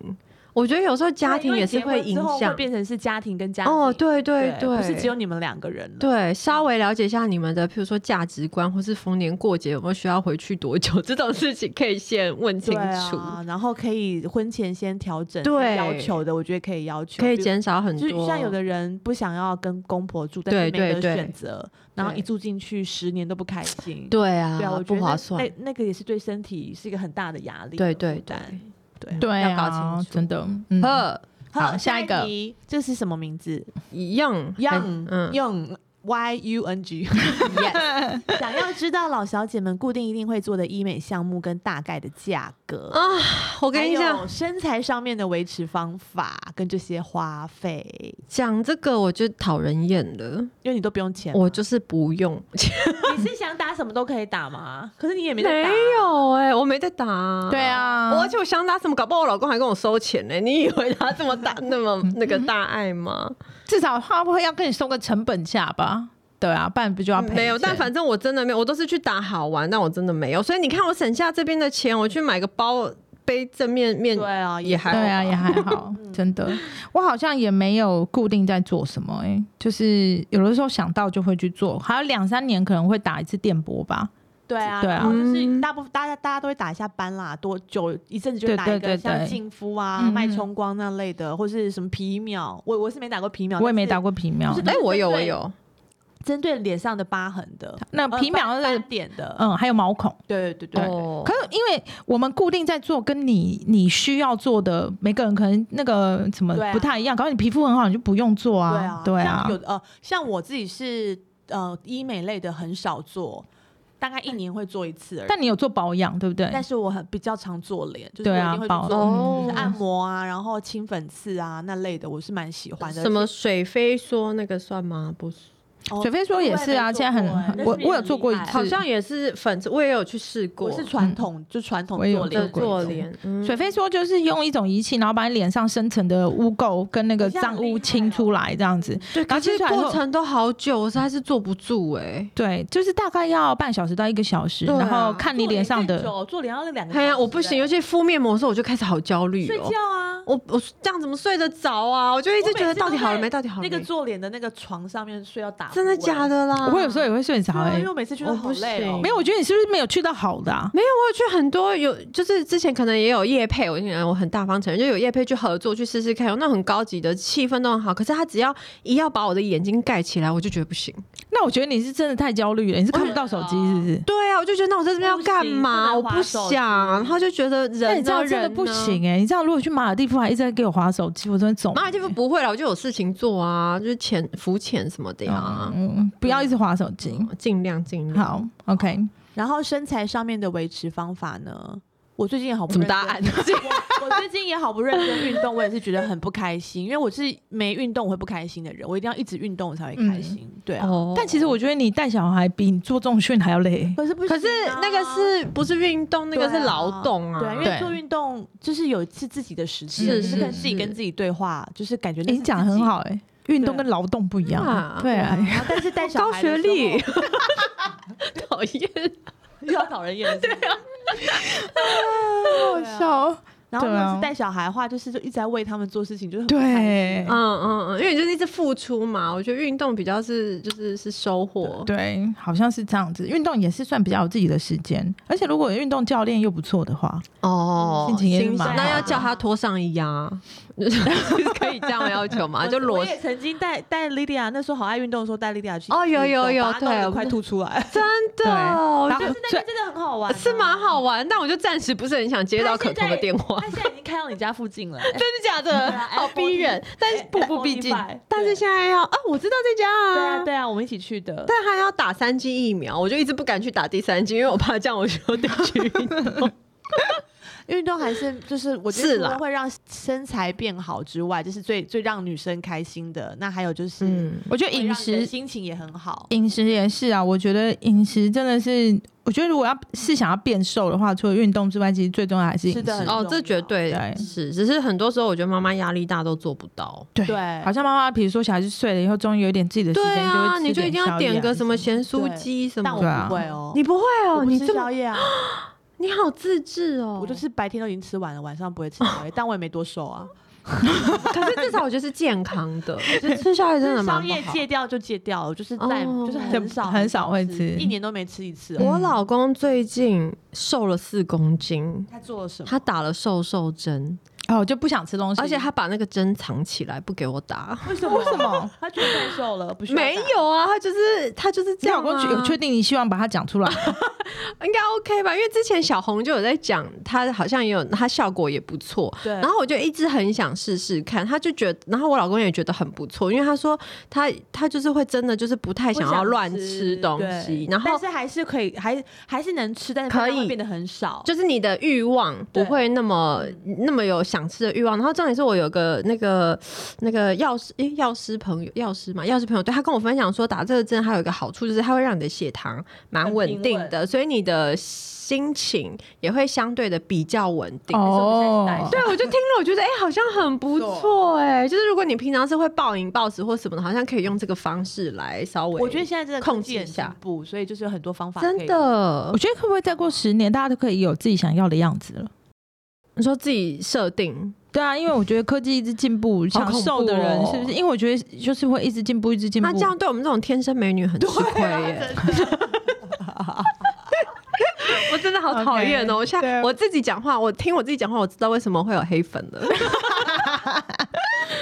B: 我觉得有时候家庭也是
A: 会
B: 影响。
A: 变成是家庭跟家庭
B: 哦，对对对，
A: 不是只有你们两个人了。
B: 对，稍微了解一下你们的，譬如说价值观，或是逢年过节有没有需要回去多久，这种事情可以先问清
A: 对
B: 楚，
A: 啊，然后可以婚前先调整
B: 对
A: 要求的，我觉得可以要求，
B: 可以
A: 比如
B: 减少很
A: 就是
B: 多。
A: 像有的人不想要跟公婆住，但
B: 对
A: 是没
B: 对
A: 得
B: 对
A: 选择，然后一住进去十年都不开心。
B: 对啊，
A: 对啊，我觉
B: 不
A: 得
B: 划
A: 那
B: 算。
A: 那那个也是对身体是一个很大的压力。
B: 对对对，
A: 对啊。
C: 对
B: 要搞清
C: 啊
B: 楚，
C: 真的。嗯
B: 呵，
C: 好下一个
A: 题这是什么名字
B: 一样
A: ？Young
B: 嗯
A: Young Y U N G。
B: ，yes，
A: 想要知道老小姐们固定一定会做的医美项目跟大概的价格
B: 啊，我跟你
A: 还
B: 讲
A: 有，身材上面的维持方法跟这些花费，
B: 讲这个我就讨人厌了，
A: 因为你都不用钱嘛。
B: 我就是不用，
A: 你是想打什么都可以打吗？可是你也没在
B: 没
A: 打。啊
B: 有哎、我没在打，
C: 对。啊，
B: 我而且我想打什么，搞不好我老公还跟我收钱呢、你以为他这么大那 么那个大爱吗？
C: 至少他会要跟你收个成本价吧？对啊，不然不就要赔钱？
B: 嗯没有，但反正我真的没有，我都是去打好玩，但我真的没有。所以你看，我省下这边的钱，我去买个包背正面面
A: 对啊，
B: 也还
C: 对
B: 好
C: 啊，也还 好，
A: 嗯
C: 真的。我好像也没有固定在做什么、欸，就是有的时候想到就会去做，还有两三年可能会打一次电波吧。
A: 对啊，
C: 对啊
A: 然后就是大部分大家大家都会打一下斑啦，多久一阵子就打一
C: 对对
A: 个，
C: 对对
A: 像净肤啊、
C: 嗯嗯
A: 脉冲光那类的，或是什么皮秒。我我是没打过皮秒，
C: 我也没
A: 但
C: 打
A: 是
C: 过皮秒
A: 不，哦是
B: 哎、我有，
A: 对
B: 我有，
A: 针对脸上的疤痕的，
C: 那皮秒
A: 呃
C: 是
A: 斑斑点的。
C: 嗯，还有毛孔。
A: 对对对对，
B: 哦
C: 可是因为我们固定在做，跟你你需要做的，每个人可能那个什么
A: 对啊
C: 不太一样。搞、啊、你皮肤很好，你就不用
A: 对
C: 做啊
A: 啊，，
C: 对
A: 像
C: 啊
A: 有，的呃，像我自己是呃医美类的很少做，大概一年会做一次而已。
C: 但你有做保养，对不对？
A: 但是我很比较常做脸，就是我
C: 对
A: 一
C: 啊
A: 定会
C: 保
A: 去做
B: 哦
A: 就是按摩啊，然后清粉刺啊那类的，我是蛮喜欢的。
B: 什么水飞说那个算吗？不是，
A: 哦
C: 水飞说也是啊，
A: 我也没做过
C: 现在很
A: 欸
C: 很
A: 但是
C: 我
A: 也
C: 我有
A: 很
C: 做过一
A: 厉害哦
C: 次，
B: 好像也是粉刺，我也有去试过，嗯
A: 我是传统，就传统
C: 我也
A: 做
C: 有
B: 的
A: 脸
C: 做过
B: 做脸，嗯
C: 水飞说就是用一种仪器，然后把你脸上深层的污垢跟那个脏污清出来，这样子。
B: 对，
C: 然
B: 可
C: 后
B: 是
C: 清出来以后
B: 过程都好久，我实在是坐不住哎、
C: 对，就是大概要半小时到一个小时，
B: 对啊
C: 然后看你脸上的。
A: 做脸要两个小时欸，
B: 哎呀，我不行， 尤其敷面膜的时候，我就开始好焦虑
A: 睡
B: 哦、
A: 觉啊。
B: 我我这样怎么睡得着啊？我就一直觉
A: 我每
B: 得
A: 次
B: 到底
A: 都
B: 好了
A: 在
B: 没，到底好了
A: 那
B: 没。
A: 个做脸的那个床上面睡要打呼
B: 真的假？的啦？
C: 我有时候也会睡着
A: 哎对啊
C: 哎、
A: 因为我每次觉得好累哦
B: 我不行。
C: 没有，我觉得你是不是没有去到好的、啊？
B: 没有，我有去很多有，就是之前可能也有业配，我我很大方承认，就有业配去合作去试试看，有那种很高级的气氛都很好。可是他只要一要把我的眼睛盖起来，我就觉得不行。
C: 那我觉得你是真的太焦虑了，你是看不到手机是不是？
B: 对啊，我就觉得那我在这边要干嘛？我
A: 不行不能
B: 不
A: 滑手
B: 想。
A: 机
B: 然后就觉得
C: 那
B: 人
C: 你这
B: 呢
C: 样真的
B: 人
C: 不
B: 呢
C: 行哎、你这样如果去马尔地夫还一直在给我划手机，我真的走。啊
B: 马尔蒂夫不会啦，我就有事情做啊，就是潜浮潜什么的呀，
C: 嗯，不要一直划手机。
B: 尽量尽量。
C: 好，OK，
A: 然后身材上面的维持方法呢？我最近也好不
B: 怎么
A: 认
B: 大家安
A: 真
B: 静？
A: 我最近也好不认真运动，我也是觉得很不开心，因为我是没运动我会不开心的人，我一定要一直运动我才会开心。对啊，
B: 哦
C: 但其实我觉得你带小孩比你做重训还要累。
A: 可是不、啊
B: 可是那个是不是运动？那个是
A: 对啊
B: 劳动啊。
A: 对啊，因
C: 对
A: 为做运动就是有是自己的时间，
C: 是
A: 就是跟自己
B: 是
A: 跟自己对话，就是感觉那
C: 欸、
A: 是
C: 你讲的
A: 自
C: 很
A: 己
C: 好哎、运动
A: 对
C: 跟劳动不一样
B: 啊，
C: 对啊，
A: 然后但是带小
B: 高
A: 孩的
B: 学
A: 时
B: 历，讨厌。
A: 候又要讨人厌，对啊。
B: 哦
C: 好笑。
A: 然然后
C: 对啊
A: 要是带小孩的话，就是就一直在为他们做事情，就是很不开心
C: 对啊
B: 嗯嗯嗯，因为你就是一直付出嘛，我觉得运动比较是就是是收获，
C: 对，好像是这样子。运动也是算比较有自己的时间，而且如果有运动教练又不错的话，
B: 哦
C: 心情也是
B: 欣赏
A: 啊
C: 蛮好
B: 那要
C: 的
B: 叫他脱上衣啊， 可以这样要求吗？
A: 我
B: 啊就裸
A: 我也曾经带带 Lydia，那时候好爱运动的时候带 Lydia 去
B: 哦有
A: 运动
B: 有有
A: 把她弄得
B: 对
A: 快吐出来，
B: 真的
C: 对
B: 哦，
C: 然
B: 就
A: 但
C: 后
A: 是那边真的很好玩啊，
B: 是蛮好玩，但我就暂时不是很想接到可彤的电话
A: 他。现在已经开到你家附近 了，
B: 真的假的？
A: 对啊
B: 好逼
A: F45，
B: 人哎但是步步逼近
A: F45。
B: 但是现在要啊，我知道这家
A: 对
B: 啊，
A: 啊对啊，我们一起去的。
B: 但还要打三剂疫苗，我就一直不敢去打第三剂，因为我怕这样我就得去运动。
A: 运动还是就是我觉得
B: 是
A: 除
B: 啦
A: 了会让身材变好之外，这是最最让女生开心的。那还有就是，
B: 嗯，
C: 我觉得
A: 会让
C: 饮
A: 你的
C: 食
A: 心情也很好。
C: 饮食也是啊，我觉得饮食真的是，我觉得如果要是想要变瘦的话，除了运动之外，其实最重要还是饮
A: 是
C: 食。
A: 的很
B: 哦，这绝对
C: 重要对
B: 是，只是很多时候我觉得妈妈压力大都做不到。
C: 对
A: 对
C: 好像妈妈，比如说小孩子睡了以后，终于有点自己的时
B: 对
C: 间，
B: 啊，
C: 会
B: 你
C: 吃
B: 就一定要
C: 宵夜啊
B: 点个什么咸酥鸡什
A: 但
B: 么
A: 我
C: 对
B: 的。
C: 啊
A: 不会哦，
B: 你不会
A: 我
B: 哦，
A: 不
B: 你
A: 吃
B: 这
A: 宵
B: 么
A: 夜 啊，
B: 你好自制哦。
A: 我就是白天都已经吃完了，晚上不会吃宵夜，但我也没多瘦啊。
B: 可是至少我觉得是健康 的，我觉得吃宵夜真的蛮
A: 宵
B: 不
A: 夜
B: 好。
A: 戒掉就戒掉，我就是在
B: 哦
A: 就是
C: 就
A: 很少
C: 很少会吃
A: 一年都没吃一次哦。
B: 我老公最近瘦了四公斤，
A: 他做了什么？
B: 他打了瘦瘦针，
C: 哦，就不想吃东西，
B: 而且他把那个针藏起来不给我打。
A: 为什么？为什么？他觉得太瘦了，不需要
B: 没
A: 打
B: 有啊，他就是他就是 这
C: 你
B: 样、
C: 老
B: 啊。
C: 公有确定你希望把它讲 出来？
B: 应该 OK 吧？因为之前小红就有在讲，她好像也有，她效果也不错。
A: 对，
B: 然后我就一直很想试试看，他就觉得，然后我老公也觉得很不错，因为他说他他就是会真的就是不太想要乱吃东
A: 对，
B: 西然后
A: 但是还是可以，还还是能吃，但是
B: 可
A: 分量会
B: 以
A: 变得很少。
B: 就是你的欲望不会那么那么有想吃的欲望。然后重点是我有个那个那个药师诶药师朋友药师嘛药师朋友，对他跟我分享说打这个针还有一个好处就是它会让你的血糖蛮稳定
A: 很平
B: 的，所以你的心情也会相对的比较稳定。
A: 哦
B: 对，我就听了，我觉得哎、好像很不错哎、就是如果你平常是会暴饮暴食或什么的，好像可以用这个方式来稍微。
A: 我觉得现在真的
B: 控
A: 科技
B: 制
A: 很
B: 一下
A: 进步，所以就是有很多方法可以
B: 真的
C: 我，觉得会不会再过十年，大家都可以有自己想要的样子了？
B: 你说自己设定，
C: 对啊，因为我觉得科技一直进步，
B: 好恐
C: 想
B: 怖哦
C: 瘦的人是不是？因为我觉得就是会一直进步，一直进步。
B: 那这样对我们这种天生美女很吃亏
A: 啊
B: 耶、我真的好讨厌哦！我现在
C: 对
B: 我自己讲话，我听我自己讲话，我知道为什么会有黑粉了。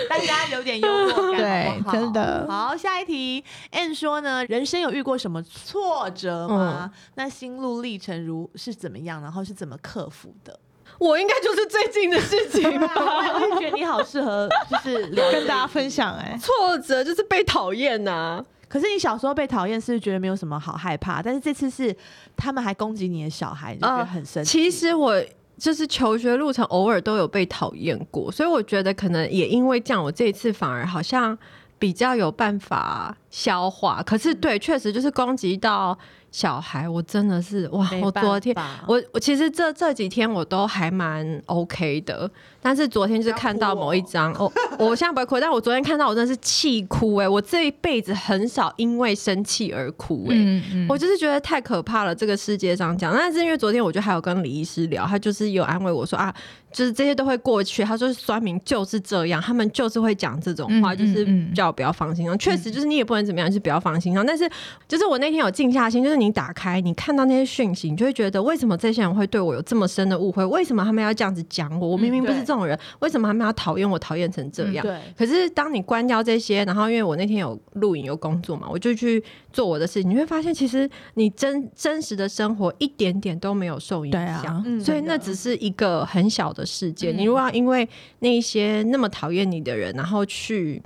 A: 大家有点幽默感，
C: 对
A: 好不好
C: 真的
A: 好，下一题，N 说呢，人生有遇过什么挫折吗？
B: 嗯
A: 那心路历程如是怎么样，然后是怎么克服的？
B: 我应该就是最近的事情
A: 我也觉得你好适合，就是聊这
C: 跟大家
A: 一
C: 分享哎、
B: 挫折就是被讨厌呐。
A: 可是你小时候被讨厌，是不是觉得没有什么好害怕？但是这次是他们还攻击你的小孩，你就觉得
B: 呃
A: 很生气。
B: 其实我就是求学路程偶尔都有被讨厌过，所以我觉得可能也因为这样，我这一次反而好像比较有办法消化。可是对，确实就是攻击到小孩，我真的是哇！
A: 没
B: 我
A: 办法
B: 昨天。我我其实这这几天我都还蛮 OK 的，但是昨天就是看到某一张，我、我现在不会哭，但我昨天看到我真的是气哭哎、我这一辈子很少因为生气而哭哎、
C: 嗯嗯
B: 我就是觉得太可怕了，这个世界上讲。但是因为昨天我就还有跟李医师聊，他就是有安慰我说啊，就是这些都会过去。他说酸民就是这样，他们就是会讲这种话，
C: 嗯嗯
B: 就是
C: 嗯
B: 叫我不要放心上。啊确实，就是你也不能怎么样，就是不要放心上。但是就是我那天有静下心，就是你打开你看到那些讯息，你就会觉得为什么这些人会对我有这么深的误会？为什么他们要这样子讲我？我明明不是
A: 对
B: 这种人，为什么他们要讨厌我，讨厌成这
C: 嗯
B: 样？
A: 对，
B: 可是当你关掉这些，然后因为我那天有录影有工作嘛，我就去做我的事情，你会发现其实你真真实的生活一点点都没有受影
C: 对
B: 响。
C: 啊，
A: 嗯
B: 所以那
A: 真的
B: 只是一个很小的事件。你如果要因为那一些那么讨厌你的人，然后去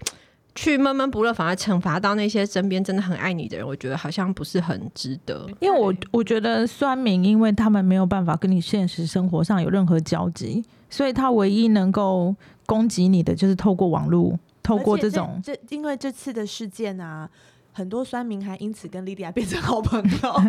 B: 去闷闷不乐，反而惩罚到那些身边真的很爱你的人，我觉得好像不是很值得。
C: 因为我我觉得酸民，因为他们没有办法跟你现实生活上有任何交集，所以他唯一能够攻击你的就是透过网络，透过
A: 而且
C: 这种。
A: 这因为这次的事件啊，很多酸民还因此跟莉迪亚变成好朋 友，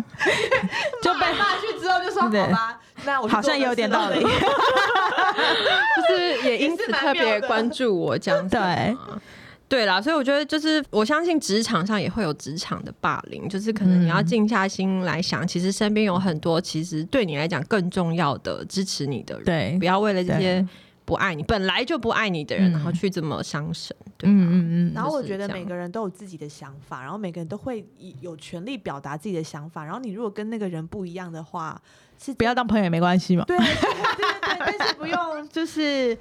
A: 就被骂去之后就说
C: 对
A: 好吧，那我去
C: 好
A: 做
C: 像
A: 我的
C: 有点
A: 事了
C: 道理
B: 就是也因此特别关注我这样子嘛。
C: 对
B: 对啦，所以我觉得就是我相信职场上也会有职场的霸凌，就是可能你
C: 嗯
B: 要静下心来想，其实身边有很多其实对你来讲更重要的支持你的人，
C: 对
B: 不，要为了这
C: 对
B: 些不爱你本来就不爱你的人，
C: 嗯
B: 然后去这么伤神，对吧？
C: 嗯嗯嗯，
A: 然后我觉
B: 就是
A: 得
B: 这
A: 每
B: 样
A: 个人都有自己的想法，然后每个人都会以有权利表达自己的想法。然后你如果跟那个人不一样的话，是
C: 不要当朋友也没关系嘛。
A: 对对对对，但是不用就是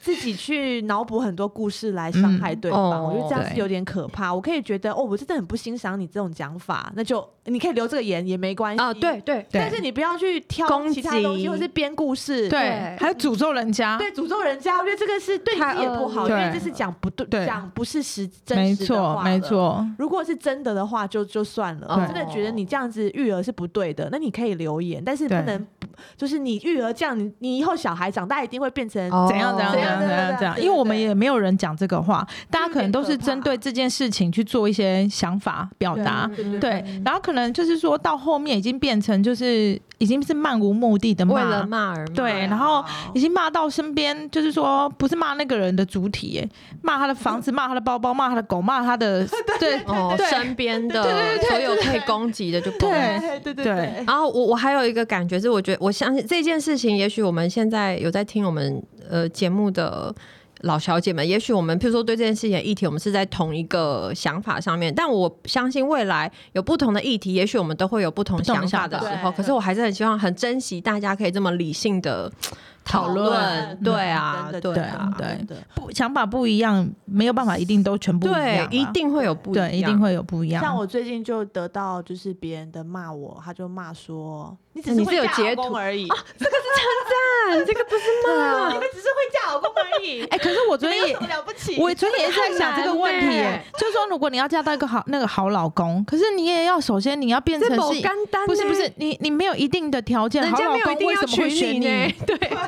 A: 自己去脑补很多故事来伤害对方，
B: 嗯
A: 我觉得这样
B: 哦
A: 是有点可怕。我可以觉得哦，我真的很不欣赏你这种讲法，那就你可以留这个言也没关系
B: 哦，对。对
C: 嗯对
A: 但是你不要去挑
B: 攻
A: 其他东西，
B: 击
A: 或是编故事，
C: 对，啊还有诅咒人家，
A: 对，诅咒人家，我觉得这个是对你
B: 太
A: 自己也
B: 恶
A: 不好，
C: 意
A: 因
C: 了
A: 为这是讲不对，
C: 对
A: 讲不是实真
C: 没
A: 实的
C: 错
A: 话
C: 没
A: 了
C: 错，
A: 如果是真的的话就，就算了。我真
B: 对
A: 的觉得你这样子育儿是不对的，那你可以留言，但是不
C: 对
A: 能就是你育儿这样，你你以后小孩长大一定会变成。
B: 哦
C: 怎样怎样
A: 怎
C: 怎
A: 样
C: 样
A: 怎样怎
C: 怎样怎
A: 样
C: 样，
A: 对啊
C: 因为我
A: 对
C: 们也没有人讲这个话，
B: 啊
C: 大家可能都是针
A: 有点可怕
C: 对这件事情去做一些想法表达。
B: 对啊
C: 对，然后可能就是说到后面已经变成就是已经是漫无目的的
B: 为了
C: 骂，
B: 骂而骂，
C: 对然后
B: 哦
C: 已经骂到身边，就是说不是骂那个人的主体耶，骂他的房 子，骂他的包包，骂他的狗，骂他的对
B: 哦，
C: 对
B: 身边
A: 对对
B: 的
A: 对对
B: 所有
A: 对
B: 可以攻击的就攻击。
A: 对对对对
C: 对，
B: 然后我我还有一个感觉是，我觉得我相信这件事情，也许我们现在有在听我们呃节目的老小姐们，也许我们譬如说对这件事情的议题，我们是在同一个想法上面，但我相信未来有不同的议题，也许我们都会有不同想法的时
A: 不同想
B: 候。
A: 法
B: 可是我还是很希望，很珍惜大家可以这么理性的讨论，
A: 嗯
B: 对啊，
A: 真的
B: 对啊，
C: 对
A: 真的
C: 不想法不一样，没有办法一定都全部一样
B: 对
C: 啊，，
B: 一定会有不一样，
C: 对一定会有不一样。
A: 像我最近就得到就是别人的骂我，他就骂说你只
B: 你
A: 会
B: 是有
A: 嫁
B: 截
A: 老公
B: 图啊
A: 而已，啊
B: 赞，这个不是骂
A: 你们只是会嫁老公而 已，
C: 哎，可是我昨
A: 没
C: 天
A: 有
C: 也
A: 什么了不起。
C: 我昨天也是在想这个问题、
B: 很难欸
C: 耶，就是说，如果你要嫁到一个好那个好老公，可是你也要首先你要变成
B: 这某
C: 是，
B: 干单呢，
C: 不是不是，你你没有一定的条件，
B: 人
C: 好
B: 家
C: 老
B: 没有一
C: 公
B: 定
C: 为
B: 要
C: 什么会选
B: 娶你
C: 你？
B: 呢，对。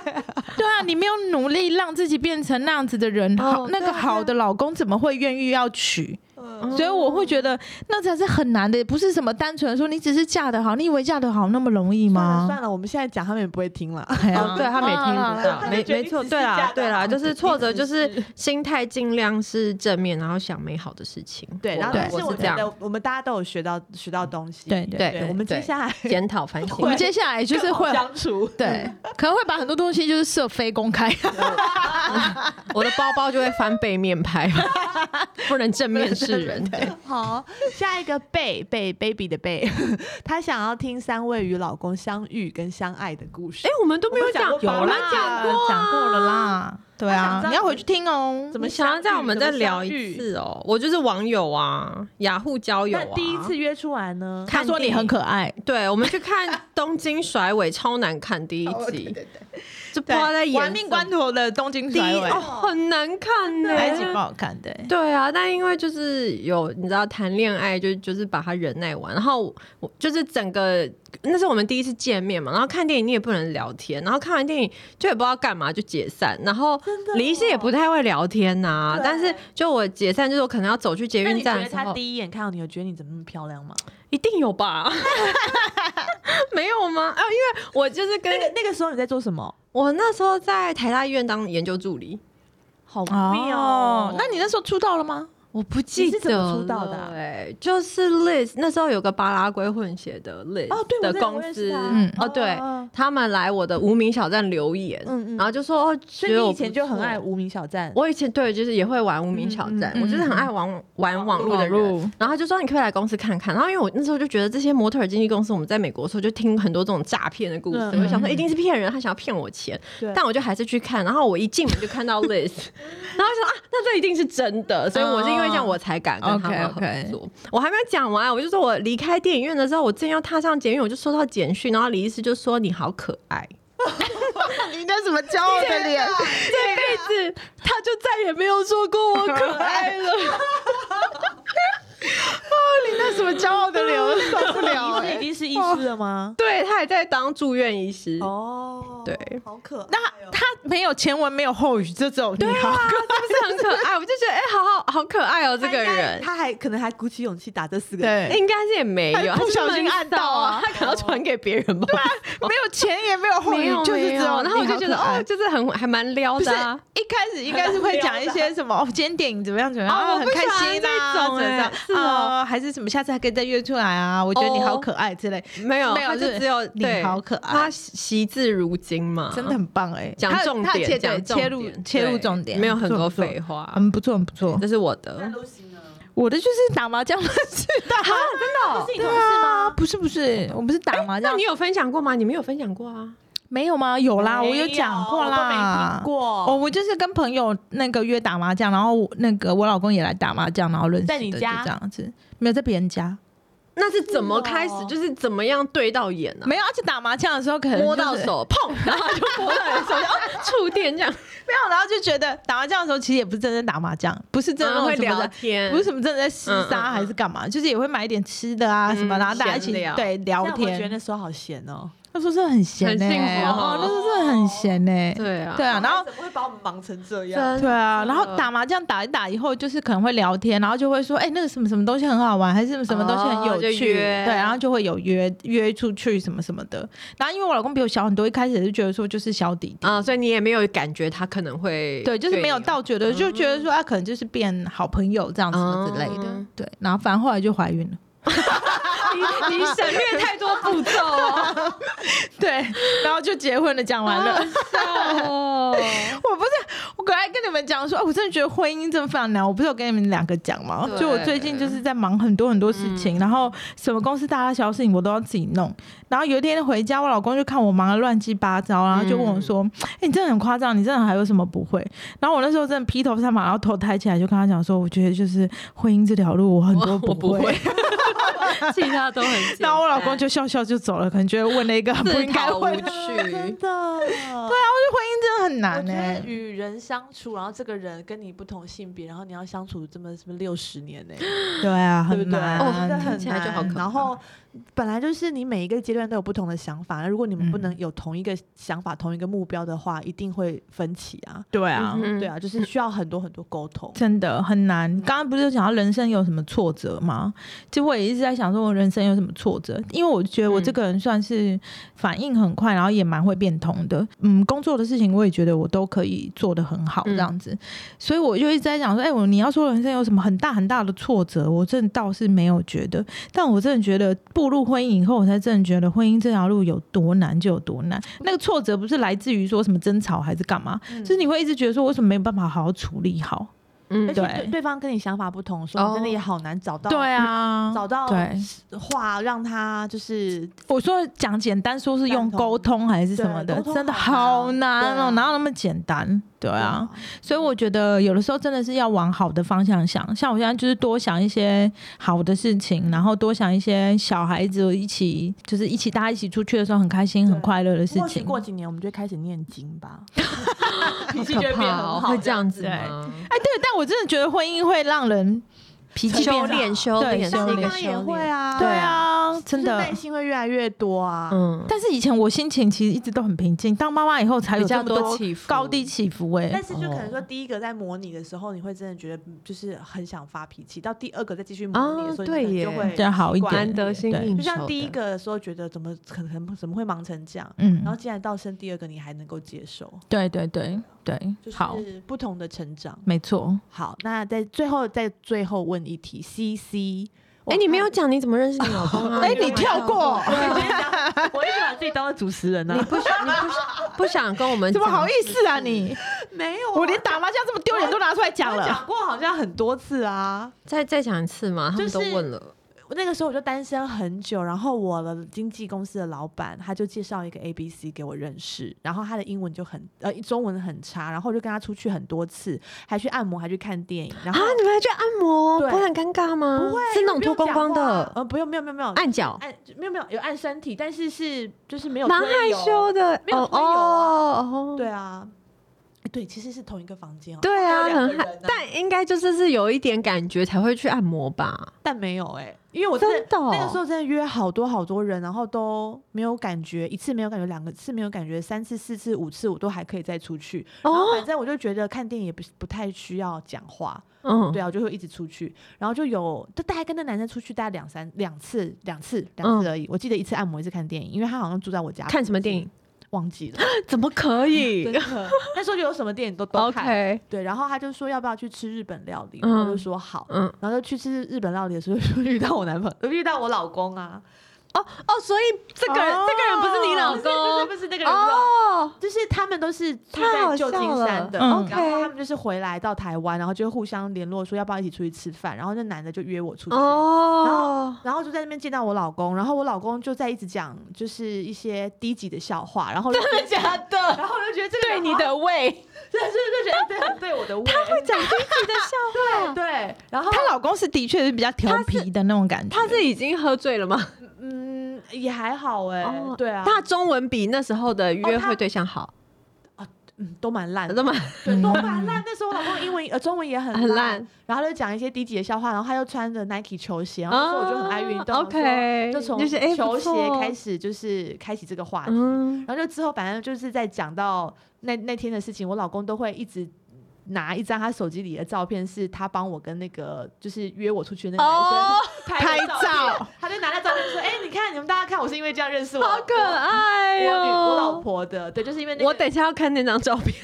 C: 对啊，你没有努力让自己变成那样子的人，
B: 哦
C: 好那
B: 对啊
C: 个好的老公怎么会愿意要娶？
A: 嗯
C: 所以我会觉得那才是很难的，不是什么单纯说你只是嫁得好，你以为嫁得好那么容易
A: 算了
C: 吗？
A: 算了，我们现在讲他们也不会听了。
C: 哎呀
B: 哦，对他没听不
A: 他
B: 到，
A: 就
B: 没
A: 觉得
B: 没
A: 你
B: 错，
A: 只
B: 对
A: 是嫁
B: 啦
A: 得
B: 啊对啦，
A: 好
B: 就是挫折，
A: 你
B: 就
A: 只
B: 是
A: 是
B: 心态尽量是正面，然后想美好的事情。
A: 对，
B: 我
A: 然后
B: 的
A: 但是
B: 我
A: 我
B: 是这
A: 觉
B: 样
A: 得我们大家都有学到学到东西。
C: 对对
B: 对
A: 对，我们接下 来
B: 检讨反 省
C: 我。们接下来就是会
A: 更好相处。
C: 对，
B: 嗯
C: 可能会把很多东西就是设非公开。
B: 我的包包就会翻背面拍， 不能正面示人。对
A: 好，下一个贝贝 baby 的贝， 他想要听三位与老公相遇跟相爱的故事。
B: 哎，我们都没有讲
A: 我
B: 过，
A: 们讲过吧
B: 我们讲过啊，
C: 讲过了啦。对
A: 想
C: 啊
A: 知，道
C: 你要回去听哦
A: 怎。么
B: 你想要在我们再聊一次哦？我就是网友啊，雅虎交友
A: 那
B: 啊。
A: 第一次约出来呢？
B: 看
C: 他说你
B: 电影
C: 很可爱，
B: 对，我们去看 《东京甩尾》，超难看第一
A: 哦
B: 集，就不知道在演
C: 玩命关
B: 什么
C: 头的东京
B: 第
C: 甩
B: 一
C: 尾，
B: 哦，很难看呢，
C: 埃及不好看的。
B: 对啊，但因为就是有你知道谈恋爱就就是把它忍耐完，然后我就是整个那是我们第一次见面嘛，然后看电影你也不能聊天，然后看完电影就也不知道干嘛就解散，然后
A: 真的哦
B: 李一信也不太会聊天呐、
A: 对
B: 但是就我解散就是我可能要走去捷
A: 那
B: 运
A: 你觉
B: 站的
A: 得
B: 时
A: 他
B: 候，
A: 第一眼看到你，有觉得你怎么那么漂亮吗？
B: 一定有吧？ 没有吗？啊，因为我就是跟
A: 那个那个时候你在做什么？
B: 我那时候在台大医院当研究助理，
A: 好妙
C: 哦，那你那时候出道了吗？
B: 我不记
A: 你是
B: 得
A: 怎么出道的啊
B: 了欸就是 Liz 那时候有个巴拉圭混血的 Liz
A: 哦，对，我
B: 的
A: 在我
B: 公
A: 认识
B: 司，
A: 他
C: 嗯
B: 哦对，他们来我的无名小站留言，
A: 嗯嗯
B: 然后就说哦，
A: 所以
B: 觉得
A: 你
B: 我
A: 以前
B: 不
A: 就很
B: 错
A: 爱。无名小站。
B: 我以前对，就是也会玩无名小站，
C: 嗯嗯
B: 我就是很爱玩玩网络的
C: 网
B: 人。
C: 络
B: 然后他就说你可以来公司看看。啊然后因为我那时候就觉得这些模特儿经纪公司，我们在美国的时候就听很多这种诈骗的故事，
A: 嗯
B: 我就想说一定是骗人，他想要骗我钱。
A: 对
B: 但我就还是去看，然后我一进门就看 到 Liz，然后我想啊，那这一定是真的，所以我是因为这样我才敢跟他们合作。
C: OK，OK
B: 我还没有讲完，我就说我离开电影院的时候，我正要踏上捷运，我就收到简讯，然后李医师就说你好可 爱，
C: 你那什么骄傲的脸？
B: 这辈子他就再也没有说过我可爱了。
C: 哦你那什么骄傲的脸？我受不
A: 第一
C: 了 欸
A: 次已经是医师了吗？
B: 对他还在当住院医师。
A: 哦，
B: 对，
A: 好可爱哦。
C: 那他没有前文，没有后语，就只有你好。
B: 是不是很可爱？我就觉得，哎、好好好可爱哦、这
A: 他
B: 个
A: 应该
B: 人。
A: 他还可能还鼓起勇气打这四个字。
C: 对，
B: 应该是也没有，
C: 他
B: 他就
C: 不
B: 是
C: 小心
B: 闷
C: 按到
B: 骚
C: 啊
B: 他可能要传给别人吧。
C: 没有前言，没有后
B: 没
C: 语
B: 有，
C: 哦就是
B: 没
C: 只
B: 有
C: 有。
B: 然后我就觉得，哦，
C: 你好可爱，
B: 就是很还蛮撩
C: 不是
B: 的啊。
C: 一开始应该是会讲一些什么，哦，今天电影怎么样怎么样，
B: 哦
C: 啊
B: 我
C: 很
B: 不
C: 开
B: 喜欢
C: 心啊，
B: 这
C: 怎
B: 种
C: 么样
B: 哎是哦
C: 啊，还是什么，下次还可以再约出来啊，我觉得你好可爱之类。
B: 没有，
C: 没有
B: 他就是只有
C: 你
B: 对，
C: 好可爱
B: 他惜字如金嘛，
C: 真的很棒哎、欸，
B: 讲
C: 他
B: 重
C: 他
B: 点，
C: 切
B: 讲
C: 对
B: 重
C: 切入
B: 点
C: 切入
B: 对
C: 重点，啊
B: 没有很多
C: 不错
B: 废，话
C: 不错。很不错很 不错。
B: 这是我的，
A: 露西呢？
C: 我的就是打麻将认识的，
A: 不是你同事
C: 对啊，
A: 吗？
C: 不是不是，我不是打麻
B: 哎那
C: 将
B: 你，有分享过吗？你没有分享过啊？
C: 没有吗？有啦，我有讲过啦
A: 没有我都没听。过。
C: 哦，我就是跟朋友那个约打麻将，然后我那个我老公也来打麻将，然后认识的，
A: 在你家
C: 就这样子，没有在别人家，
B: 那是怎么开始？就是怎么样对到眼啊呢、
C: 哦没有，而且打麻将的时候可能
B: 摸
C: 就
B: 到，
C: 是
B: 手，碰，然后就摸到你手，然后
C: 哦
B: 触电 这样，
C: 没有，然后就觉得打麻将的时候其实也不是真正打麻将，不是真
B: 然
C: 的
B: 后会
C: 什么
B: 聊
C: 的
B: 天，
C: 不是什么真的在厮杀
B: 嗯嗯嗯
C: 还是干嘛，就是也会买一点吃的啊什么，
B: 嗯
C: 然后大家一起
B: 闲聊
C: 对聊
A: 但我觉得
C: 天。
A: 那时候好闲哦。
C: 那时候真的很闲欸，
B: 很幸福哦
C: 哦，那时候真的很闲呢。
B: 对啊，
C: 对啊，然后
A: 怎么会把我们忙成这
B: 真
A: 样？
B: 的
C: 对啊，然后打麻将打一打以后，就是可能会聊天，然后就会说，哎、那个什么什么东西很好玩，还是什么什么东西很
B: 哦就
C: 有趣，
B: 约
C: 对，然后就会有约约出去什么什么的。然后因为我老公比我小很多，一开始也是觉得说就是小弟弟，
B: 啊、所以你也没有感觉他可能会
C: 对，就是没有
B: 你
C: 到觉得就觉得说啊，可能就是变好朋友这样子之类的，
B: 嗯
C: 对。然后反正后来就怀孕了，
B: 你你省略太多步骤 哦，
C: 对，然后就结婚了，讲完了。
B: 哦，
C: 我不是，我刚才跟你们讲说，哦我真的觉得婚姻真的非常难。我不是有跟你们两个讲吗？
B: 对
C: 就我最近就是在忙很多很多事情，然后什么公司大大小小事情我都要自己弄。然后有一天回家，我老公就看我忙得乱七八糟，然后就问我说：“哎、你真的很夸张，你真的还有什么不会？”然后我那时候真的披头散发，然后头抬起来，就跟他讲说：“我觉得就是婚姻这条路，我很多
B: 我不
C: 会。
B: 会，其他都很简单。
C: 然后我老公就笑笑就走了，可能觉得问了一个很不
B: 自
C: 应该
B: 讨
C: 问
B: 无
C: 的。
B: 趣
A: 真。的。欸对啊，
C: 真的很
A: 我
C: 难欸
A: 觉
C: 呢、
A: 得与人相处，然后这个人跟你不同性别，然后你要相处这么什么六十年欸呢、
C: 对啊，
A: 对
C: 很
A: 不对？
C: 难，
B: 哦
A: 真的
B: 听
A: 很
B: 起来就好可
A: 难。
B: 怕
A: 然后本来就是你每一个阶段都有不同的想法，如果你们不
C: 嗯
A: 能有同一个想法、同一个目标的话，一定会分歧啊。
C: 对啊。
B: 嗯
A: 对啊，就是需要很多很多沟通。
C: 真的很难。刚刚不是讲到人生有什么挫折吗？其实我也一直在想说，我人生有什么挫折？因为我觉得我这个人算是反应很快，然后也蛮会变通的。嗯，工作的事情我也觉得我都可以做得很好，
B: 嗯
C: 这样子。所以我就一直在想说，哎、我你要说人生有什么很大很大的挫折，我真的倒是没有觉得。但我真的觉得步入婚姻以后，我才真的觉得婚姻这条路有多难就有多难。那个挫折不是来自于说什么争吵还是干嘛，
A: 嗯
C: 就是你会一直觉得说，为什么没有办法好好处理好？
A: 而
B: 嗯，
A: 且
C: 对
A: 对对方跟你想法不同的时候，
B: 哦
A: 你真的也好难找到
C: 对啊，
A: 找到
C: 对，
A: 话让他就是
C: 我说讲简单，说是用
A: 赞同
C: 沟通还是什么
A: 对
C: 的
A: 沟，通
C: 真的
A: 好
C: 好
A: 难
C: 难哦，
A: 对啊
C: 哪有那么简单？对啊，
A: 哇
C: 所以我觉得有的时候真的是要往好的方向想，像我现在就是多想一些好的事情，然后多想一些小孩子一起，就是一起大家一起出去的时候很开心、
A: 对
C: 很快乐的事
A: 或许
C: 情。
A: 过几年我们就会开始念经吧，脾气
B: 好
A: 就会
B: 可
A: 变
B: 怕
A: 很
B: 哦
A: 好，
B: 会这样子
C: 对
B: 吗？
C: 哎，对，但我真的觉得婚姻会让人脾气
B: 修
C: 变好。
B: 炼，修
C: 对
B: 炼
C: 修
B: 是一
C: 炼
B: 个
A: 当然也
B: 修
A: 会
B: 炼。
A: 啊，
C: 对，啊，真
A: 就是
C: 的
A: 内。心会越来越多啊。
B: 嗯，
C: 但是以前我心情其实一直都很平静，当妈妈以后才有
B: 比较
C: 这
B: 多
C: 么多
B: 起伏，
C: 高低起伏、哎，
A: 但是就可能说，第一个在模拟的时候，你会真的觉得嗯就是很想发脾气；到第二个再继续模拟的时候，你可
B: 哦
A: 能
B: 对耶
A: 就会
C: 比较好一
A: 习惯
C: 点
B: 难。得心
C: 对
B: 应手
A: 就
B: 的。
A: 像第一个的时候觉得怎么可能怎么会忙成这样，
C: 嗯
A: 然后竟然到生第二个你还能够接受，
C: 对对对对，
A: 就
C: 好，
A: 是不同的成长。
C: 没错。
A: 好，那在最后在最后问一题，C C，
B: 哎，你 没有讲你怎么认识你老公
A: 哦
B: 啊？
C: 哎、
B: 没
C: 你
B: 有
C: 跳
B: 讲
C: 过，
A: 我一直把自己当做主持人呢、
B: 你不想，你不想，不想跟我们
C: 怎么
B: 讲
C: 好意思啊你？
A: 没有啊、
C: 我连打麻将这么丢脸都拿出来讲
A: 我
C: 了。
A: 讲过好像很多次啊。
B: 再再讲一次嘛？他们
A: 就是
B: 都问了，
A: 我那个时候我就单身很久，然后我的经纪公司的老板他就介绍一个 A B C 给我认识，然后他的英文就很呃中文很差，然后我就跟他出去很多次，还去按摩，还去看电影，然后、
B: 啊，你们还去按摩，
A: 对
B: 不会很尴尬吗？
A: 不会
B: 是那种
A: 不用
B: 脱光光
A: 讲话
B: 的
A: 呃不用没有没有没有
B: 按脚，
A: 按没有没有有按身体，但是是就是没有
B: 蛮
A: 推
B: 害
A: 油
B: 羞的。
A: 没有
B: 哦
A: 推油啊
B: 哦，哦
A: 对啊，对，其实是同一个房间哦，
B: 对啊，
A: 还有两
B: 很
A: 个
B: 害
A: 人啊，
B: 但应该就是是有一点感觉才会去按摩吧。
A: 但没有哎、因为我真的
B: 真的哦
A: 那个时候真的约好多好多人，然后都没有感觉，一次没有感觉，两个次没有感觉，三次、四次、五次我都还可以再出去。然后
B: 哦，
A: 反正我就觉得看电影也不不太需要讲话，
B: 嗯，
A: 对啊，我就会一直出去，然后就有就大概跟那男生出去大概两三两次、两次、两次而已。我记得一次按摩，一次看电影，因为他好像住在我家，
B: 嗯看什么电影？
A: 忘记了，
B: 怎么可
A: 真
B: 以
A: 的那时候就有什么电影都 都看。
B: ？OK，
A: 对，然后他就说要不要去吃日本料理，我就
B: 嗯
A: 说好，
B: 嗯，
A: 然后就去吃日本料理的时候，就遇到我男朋友，遇到我老公啊。
B: 哦，所以这个人，
A: 哦
B: 这个人不是 你老
A: 不是
B: 公
A: 不是不是那个人不是我老公，
B: 哦，
A: 就是他们都是住
B: 太
A: 在
B: 好
A: 旧金
B: 笑
A: 山
B: 了
A: 的，
C: 嗯
A: 然后
B: OK
A: 他们就是回来到台湾，然后就互相联络说要不要一起出去吃饭，然后那男的就约我出去。
B: 哦，
A: 然后就在那边见到我老公，然后我老公就在一直讲就是一些低级的笑话，然后真的
C: 假的，
A: 然后我就觉得这个
C: 对
A: 人
C: 你
A: 好像，
C: 的胃。
A: 对，就是就觉得对很对我的胃，他会
B: 讲低级的笑话，
A: 对，然后
C: 她老公是的确是比较调皮的那种感觉，
B: 他是已经喝醉 了吗？
A: 嗯也还好哎、
B: 哦
A: 对啊，
B: 他中文比那时候的约
A: 哦他
B: 会对象好，
A: 嗯都蛮烂的，
B: 这么
A: 对，都蛮烂。那时候我老公英文呃中文也很
B: 嗯 很
A: 烂
B: 烂，
A: 然后他就讲一些低级的笑话，然后他又穿着 Nike 球鞋，然后那时候我就很爱运动
B: 啊
A: 然后说
B: OK，
A: 就从
B: 就是哎
A: 球鞋开，
B: 不错
A: 始就是开启这个话题，
B: 嗯，
A: 然后就之后反正就是在讲到那那天的事情，我老公都会一直。拿一张他手机里的照片，是他帮我跟那个就是约我出去的那个男
B: 哦
A: 生拍的
C: 拍
A: 照
C: 照
A: 片，他就拿那照片说：“哎、你看你们大家看，我是因为这样认识我，
B: 好可爱哦
A: 我女我老
B: 哟。
A: 婆的，对，就是因为那个
B: 我等一下要看那张照片，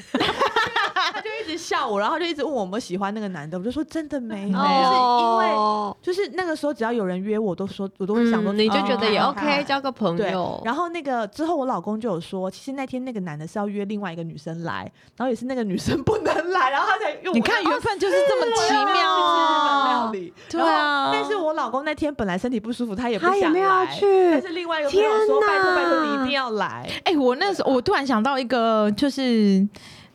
A: 他就一直笑我，然后就一直问我有没有喜欢那个男的，我就说真的没有，
B: 哦
A: 就是因为就是那个时候只要有人约我，都说我都会想说、
B: 嗯你就觉得也
A: 哦
B: OK，交个朋
A: 对
B: 友，。
A: 然后那个之后，我老公就有说，其实那天那个男的是要约另外一个女生来，然后也是那个女生 不能来，然后他才用我
C: 你看缘分就是这么奇妙
A: 哦去
C: 啊！
A: 吃日本料理
C: 对啊
A: 然后但是我老公那天本来身体不舒服，他也不
B: 他也
A: 想
B: 没有要
A: 来
B: 去
A: 但是另外一个朋友说：“
B: 天
A: 拜托
B: 哪
A: 拜托，你一定要来。
C: 哎、我那
B: 啊
C: 时候我突然想到一个，就是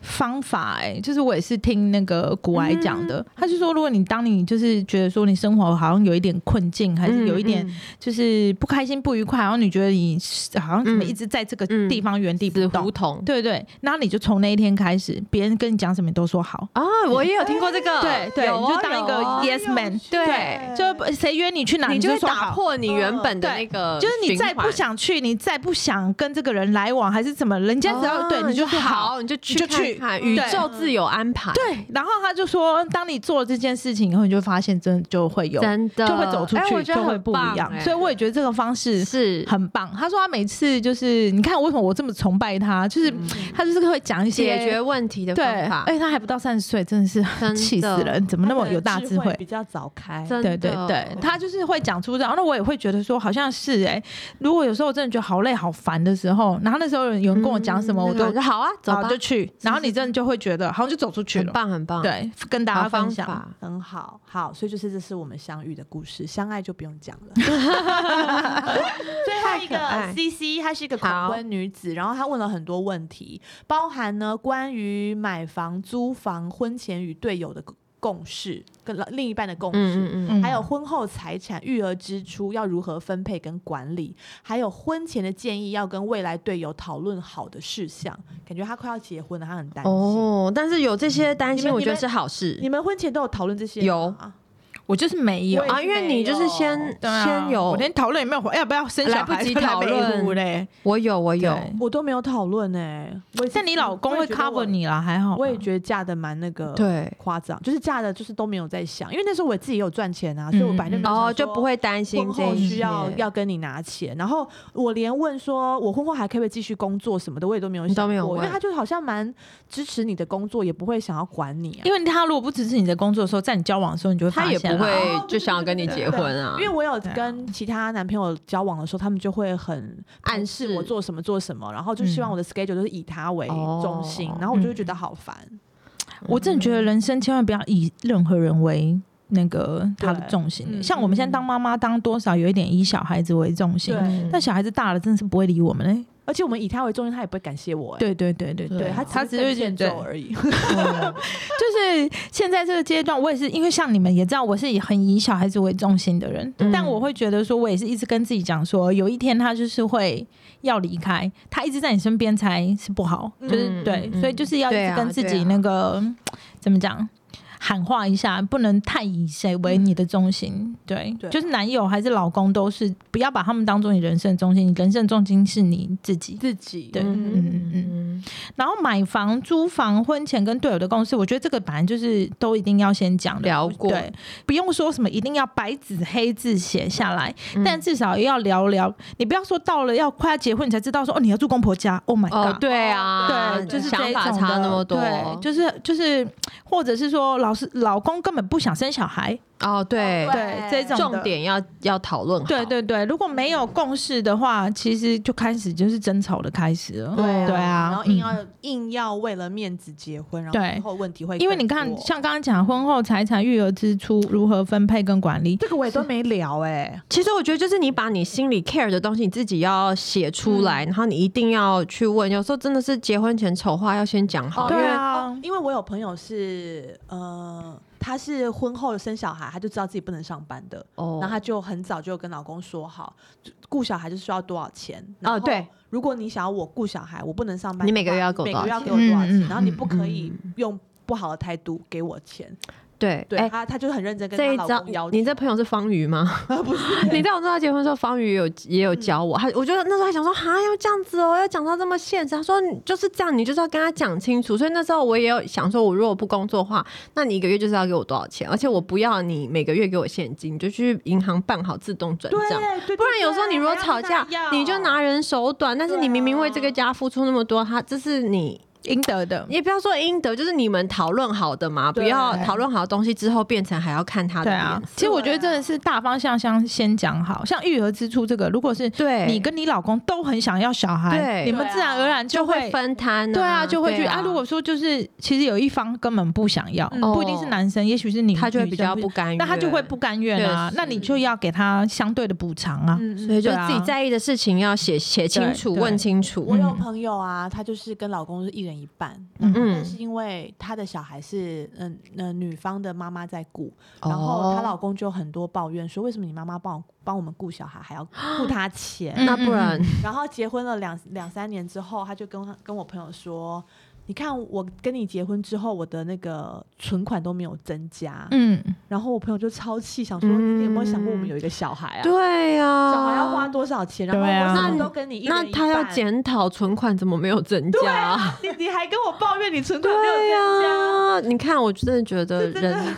C: 方法、哎，就是我也是听那个
B: 嗯
C: 古埃讲的，他就说，如果你当你就是觉得说你生活好像有一点困境，还是有一点
B: 嗯
C: 就是不开心、不愉快，然后你觉得你好像怎么一直在这个地方原地不
B: 嗯死
C: 动，
B: 胡同
C: 对对，然后你就从那一天开始，别人跟你讲什么你都说好。
B: 啊，我也有听过这 个，
C: 对对，
B: 有
C: 你
B: 哦
C: 就当一个
B: 有哦
C: yes man，
B: 对
C: 就谁约啊你去哪，
B: 你
C: 就
B: 就会
C: 说
B: 打
C: 好
B: 破你原本的
C: 嗯
B: 那个
C: 就是你
B: 循
C: 再不
B: 环，
C: 想去，你再不想跟这个人来往，还是怎么，人家只要、
B: 哦
C: 对你就
B: 说好，你就去
C: 就
B: 看
C: 去
B: 看
C: 嗯
B: 宇
C: 对
B: 宙自有安排，
C: 对。然后他就说，当你做了这件事情以后，你就发现真的就会有，
B: 真的
C: 就会走出
B: 哎
C: 去，
B: 我觉得
C: 就会
B: 很
C: 不一
B: 棒
C: 样。
B: 哎
C: 所以我也觉得这个方式
B: 是
C: 很棒。他说他每次就是，你看为什么我这么崇拜他，就是、
A: 嗯
C: 他就是会讲一些
B: 嗯解决问题的
C: 对，
B: 方法
C: 而，且他还不到三十岁，真的是
B: 真的
C: 气死人，怎”么那么有大
A: 他的
C: 智慧
A: 比？较早开，
B: 真
C: 对
B: 的
C: 对对，他就是会讲出这样，那我也会觉得说好像是哎、如果有时候我真的觉得好累好烦的时候，然后那时候有人跟我讲什么，
B: 嗯
C: 我都
B: 那个好啊，走
C: 好
B: 吧
C: 就，去，然后你真的就会觉得好像就走出去
B: 很
C: 了，
B: 棒很棒，，
C: 对，跟大
B: 好
C: 家
B: 方
C: 分享。
B: 法，
A: 很好，好，所以就是这是我们相遇的故事，相爱就不用讲 了。最后一
B: 太可爱
A: 个 C C，她是一个恐
B: 好
A: 婚女子，然后她问了很多问题，包含呢关于买房、租房、婚前与队友的共识，跟另一半的共识。
B: 嗯嗯嗯，
C: 嗯
A: 还有婚后财产、育儿支出要如何分配跟管理，还有婚前的建议要跟未来队友讨论好的事项。感觉她快要结婚了，她很担心。
B: 哦，但是有这些担
A: 你
B: 心，
A: 们
B: 我觉得是好事
A: 你们婚前都有讨论这些吗？
B: 有
C: 我就是没有
A: 我也，
B: 啊，因为你就是先
C: 对啊
B: 先有
C: 我，连讨论有没有要不要生
B: 来
C: 小
B: 不
C: 孩
B: 及
C: 都来
B: 讨
C: 不及
B: 论
C: 嘞。
B: 我有我有，
C: 对
A: 我都没有讨论哎、我也是
C: 但你老公会 cover，你啦，还好吧。
A: 我也觉得我我也觉得嫁的蛮那个
B: 对
A: 夸张，就是嫁的就是都没有在想，因为那时候我自己也有赚钱啊，所以我本来就没有
B: 哦
A: 想
B: 就
A: 说
B: 不会担心
A: 婚
B: 这
A: 后
B: 一
A: 需要
B: 些
A: 要跟你拿钱，然后我连问说我婚后还可不可以继续工作什么的，我也都没有
B: 你
A: 想
B: 都没有
A: 过因为
B: 问
A: 他就好像蛮支持你的工作，也不会想要管你啊。
C: 因为他如果不支持你的工作的时候，在你交往的时候，你就会
B: 他
C: 发
B: 也
C: 现
B: 不会
C: 啦
A: 哦对
B: 就想要跟你结婚啊
A: 因，为我有
C: 对啊
A: 跟其他男朋友交往的时候，他们就会很
B: 暗示
A: 我做什么做什么，然后就希望
C: 嗯
A: 我的 schedule 就是以他为
B: 哦
A: 中心，然后我就会觉得
C: 嗯
A: 好烦。
C: 我真的觉得人生千万不要以任何人为那个他的
A: 对
C: 重心
A: 嗯
C: 欸。像我们现在当妈妈，当多少有一点以小孩子为重心
A: 对，
B: 嗯
C: 但小孩子大了真的是不会理我们嘞。
A: 而且我们以他为中心，他也不感谢我、欸。
C: 对对对对
A: 对
C: 对，
A: 他
C: 他
A: 只
C: 只
A: 是
C: 会
A: 被
B: 嗯
C: 觉
A: 欠
C: 得
A: 揍而已。
C: 就就是现在这个阶段，我也是因为像你们也知道，我是以很以小孩子为中心的人，
B: 嗯
C: 但我会觉得说，我也是一直跟自己讲说，有一天他就是会要离开，他一直在你身边才是不好，
A: 嗯
C: 就是对，
B: 嗯
C: 所以就是要一
B: 对
C: 直
B: 啊
C: 跟自
B: 对
C: 己
B: 啊
C: 那个、怎么讲。喊话一下，不能太以谁为你的中心。对，
A: 对啊
C: 就是男友还是老公，都是不要把他们当做你人生的中心，你人生的重心是你 自己。
A: 自己
C: 对
A: 嗯
C: 嗯嗯
B: 嗯
C: 然后买房、租房、婚前跟队友的共识，我觉得这个本来就是都一定要先讲的，
B: 聊过
C: 嗯对，不用说什么一定要白纸黑字写下来，
B: 嗯
C: 但至少要聊聊。你不要说到了要快要结婚，你才知道说哦，你要住公婆家，Oh my
B: 哦，
C: god！
B: 对啊，
C: 对，就是这
B: 想
C: 一
B: 法
C: 种
B: 差那
C: 的
B: 么多，
C: 对，就是就是，或者是说，老师老公根本不想生小孩，
B: 哦，对，
C: 对，这种的
B: 重点要要讨论好，
C: 对对对，如果没有共识的话，其实就开始就是争吵的开始了。
A: 对
C: 对啊
A: 然后硬要硬要为了面子结婚，然后
C: 对
A: 之后问题会更多，
C: 因为你看，像刚刚讲婚后财产、育儿支出如何分配跟管理，
A: 这个我也都没聊哎、
B: 其实我觉得就是你把你心里 care 的东西，你自己要写出来，然后你一定要去问。有时候真的是结婚前丑话要先讲好，
A: 哦
B: 因
C: 对
B: 为
C: 啊，
A: 因为我有朋友是呃，她是婚后生小孩，她就知道自己不能上班的，
B: 哦
A: 然后她就很早就跟老公说好，就顾小孩就是需要多少钱。
B: 哦对，
A: 如果你想要我顾小孩，我不能上班的话，
B: 你每个月要给我
A: 每个月要给
B: 多
A: 我
C: 少钱
A: 多少钱，
C: 嗯嗯
A: 然后你
C: 嗯
A: 不可以用不好的态度给我钱。
B: 对，
A: 对
B: 哎
A: 她，她就很认真跟
B: 这一
A: 她老
B: 招
A: 公要，求。啊
B: 你这朋友是方 瑜吗？
A: 不是 嗯
B: 你在我知道结婚的时候，方瑜有也有教我，他我觉得那时候还想说，哈，要这样子哦，要讲到这么现实。他说你就是这样，你就是要跟他讲清楚。所以那时候我也有想说，我如果不工作的话，那你一个月就是要给我多少钱，而且我不要你每个月给我现金，你就去银行办好自动转
A: 对
B: 账。
A: 对对，
B: 不然有时候你如
A: 还
B: 果
A: 要
B: 吵
A: 跟
B: 架
A: 她啊要，
B: 你就拿人手短。但是
A: 对
B: 你
A: 啊
B: 明明为这个家付出那么多，他这是你
C: 应得的。
B: 也不要说应得，就是你们讨论好的嘛，不
A: 对
B: 要讨论好的东西之后变成还要看他的
C: 对啊
B: 脸，色。
C: 其实我觉得真的是大方向相先讲好，像育儿支出这个，如果是
B: 对，
C: 你跟你老公都很想要小孩，
B: 对啊
C: 你们自然而然
B: 就
C: 会
B: 会。分摊、
C: 对啊，就会去
B: 对
C: 啊。如果说就是，其实有一方根本不想要，
A: 嗯
C: 不一定是男生，也许是你，
B: 哦他就会
C: 女
B: 比
C: 生
B: 较不，甘愿，
C: 那他就会不。甘愿啊
B: 对。
C: 那你就要给他相对的补偿啊。
A: 嗯嗯
B: 所以就
C: 对啊
B: 自己在意的事情要写写清楚，
C: 对对
B: 问清楚
A: 我。有
C: 嗯
A: 朋友啊，她就是跟老公是一人一半，
C: 嗯
A: 但是因为她的小孩是嗯嗯、呃女方的妈妈在顾，然
C: 哦
A: 后她老公就很多抱怨说，为什么你妈妈帮我帮我们顾小孩，还 要顾她钱？
C: 嗯
B: 那不然
A: 然后结婚了两两三年之后，她就跟她跟我朋友说，你看我跟你结婚之后，我的那个存款都没有增加，
C: 嗯，
A: 然后我朋友就超气，想说、你有没有想过我们有一个小孩啊？
B: 对呀，
A: 小孩要花多少钱？然后
C: 嗯对啊
A: 我什么
B: 那
A: 都跟你一
B: 那
A: 人一
B: 他要
A: 半
B: 检讨存款怎么没有增
A: 对
B: 加啊？
A: 啊，你你还跟我抱怨你存款没有
B: 对
A: 增加？
B: 呀、你看，我真的觉得
A: 这真的
B: 人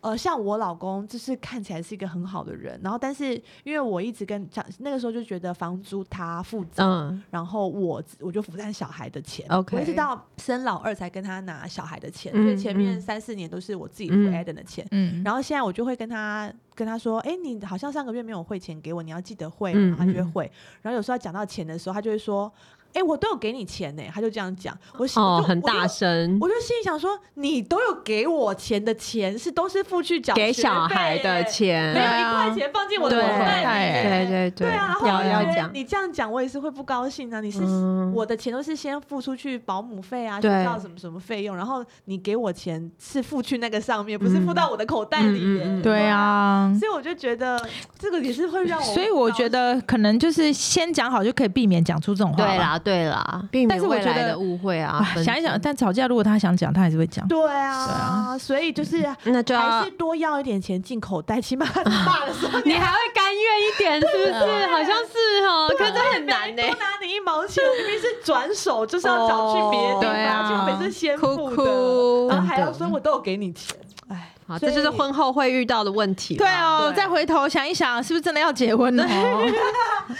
A: 呃，像我老公就是看起来是一个很好的人，然后但是因为我一直跟讲，那个时候就觉得房租他负责，
B: 嗯，
A: 然后我我就负担小孩的钱。
B: OK
A: 我一直到生老二才跟他拿小孩的钱，
B: 嗯
A: 所以前面
B: 嗯
A: 三四年都是我自己付
B: 嗯
A: Adam 的钱。
C: 嗯，
A: 然后现在我就会跟他跟他说，哎、你好像上个月没有汇钱给我，你要记得汇，啊
B: 嗯
A: 然后他就会
B: 嗯嗯
A: 汇。然后有时候讲到钱的时候，他就会说，哎、我都有给你钱呢、他就这样讲。 我心
B: 哦，
A: 就
B: 很
A: 我就
B: 大声，
A: 我就心里想说，你都有给我钱的钱是都是付去缴
B: 给
A: 学
B: 小孩
A: 费
B: 的
A: 耶，没
B: 钱，
A: 有一块钱放进我的口
B: 对
A: 袋里
B: 对
A: 耶。
B: 对对，
A: 对啊，然后我
B: 要
A: 就觉
B: 要
A: 得
B: 讲，
A: 你这样讲我也是会不高兴啊。你是、
B: 嗯
A: 我的钱都是先付出去保姆费啊，学
B: 对
A: 校什么什么费用，然后你给我钱是付去那个上面，不是付
B: 嗯
A: 到我的口袋里耶。
B: 嗯嗯嗯
C: 对啊，
A: 所以我就觉得这个也是会让我，
C: 所以我觉得可能就是先讲好就可以避免讲出这种话。
B: 对，啦对啦，避免
C: 但是我
B: 未
C: 觉
B: 来
C: 得
B: 的误会啊，
C: 哎
B: 纷
C: 想一想，
B: 争
C: 但吵架如果他想讲，他还是会讲。
A: 对啊，所以就是
B: 那就
A: 还
B: 要
A: 是。多要一点钱进口袋，起码骂的 时候
B: 你还会甘愿一点，是不 是？好像是哦，可是很难呢。
A: 多拿你一毛钱，我明明是转手就是要找去别的地
B: 哦对
A: 方，
C: 啊
A: 结果每次先付
B: 哭
A: 的，
B: 哭嗯
A: 然后还要
C: 真的
A: 说我都有给你钱，哎，
B: 好，
A: 所
B: 这
A: 以
B: 就是婚后会遇到的问题啦。
C: 对哦，
A: 对
C: 再回头想一想，是不是真的要结婚了？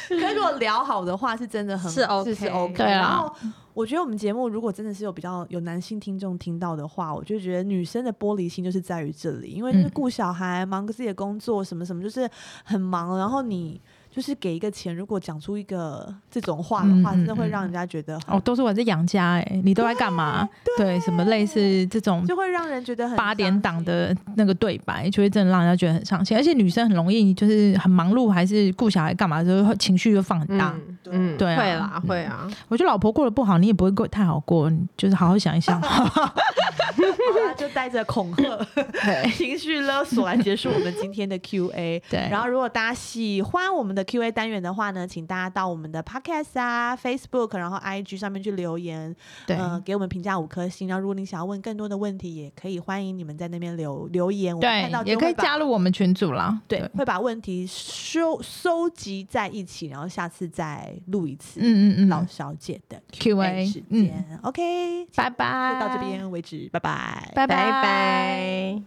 A: 可是如果聊好的话，是真的很
B: 是 OK
A: 是是 OK。
C: 对啊
A: 然后我觉得我们节目如果真的是有比较有男性听众听到的话，我就觉得女生的玻璃心就是在于这里，因为就是
C: 嗯
A: 顾小孩、忙自己的工作什么什么，就是很忙，然后你。就是给一个钱，如果讲出一个这种话的话，
C: 嗯嗯
A: 真的会
C: 嗯
A: 让人家觉得很
C: 哦，都是我在养家哎、你都在干嘛？对，什么类似这种
A: 就会让人觉得很
C: 八点
A: 伤
C: 档
A: 心
C: 的那个对白，就会真的让人家觉得很伤心。而且女生很容易就是很忙碌，还是顾小孩干嘛的时候，情绪又放很大。
B: 嗯，嗯，
C: 对啊
B: 会啦，会啊，
C: 我觉得老婆过得不好，你也不会过太好过，你就是好好想一想。
A: 好啦就带着恐吓、情绪勒索来结束我们今天的 Q&A。
C: 对
A: 然后，如果大家喜欢我们的 Q&A 单元的话呢，请大家到我们的 Podcast 啊、Facebook，然后 IG 上面去留言，
C: 对，
A: 呃，给我们评价五颗星。然后，如果你想要问更多的问题，也可以欢迎你们在那边留留言，我们看到
C: 对，也
A: 就
C: 可
A: 会
C: 以
A: 把
C: 加入我们群组啦。
A: 对，会把问题收收集在一起，然后下次再录一次。
C: 嗯嗯嗯，
A: 老小姐的
C: Q&A
A: 时间、OK，
C: 拜
A: 就
C: 拜，
A: 到这，边为止，拜拜，
C: 拜
B: 拜。拜。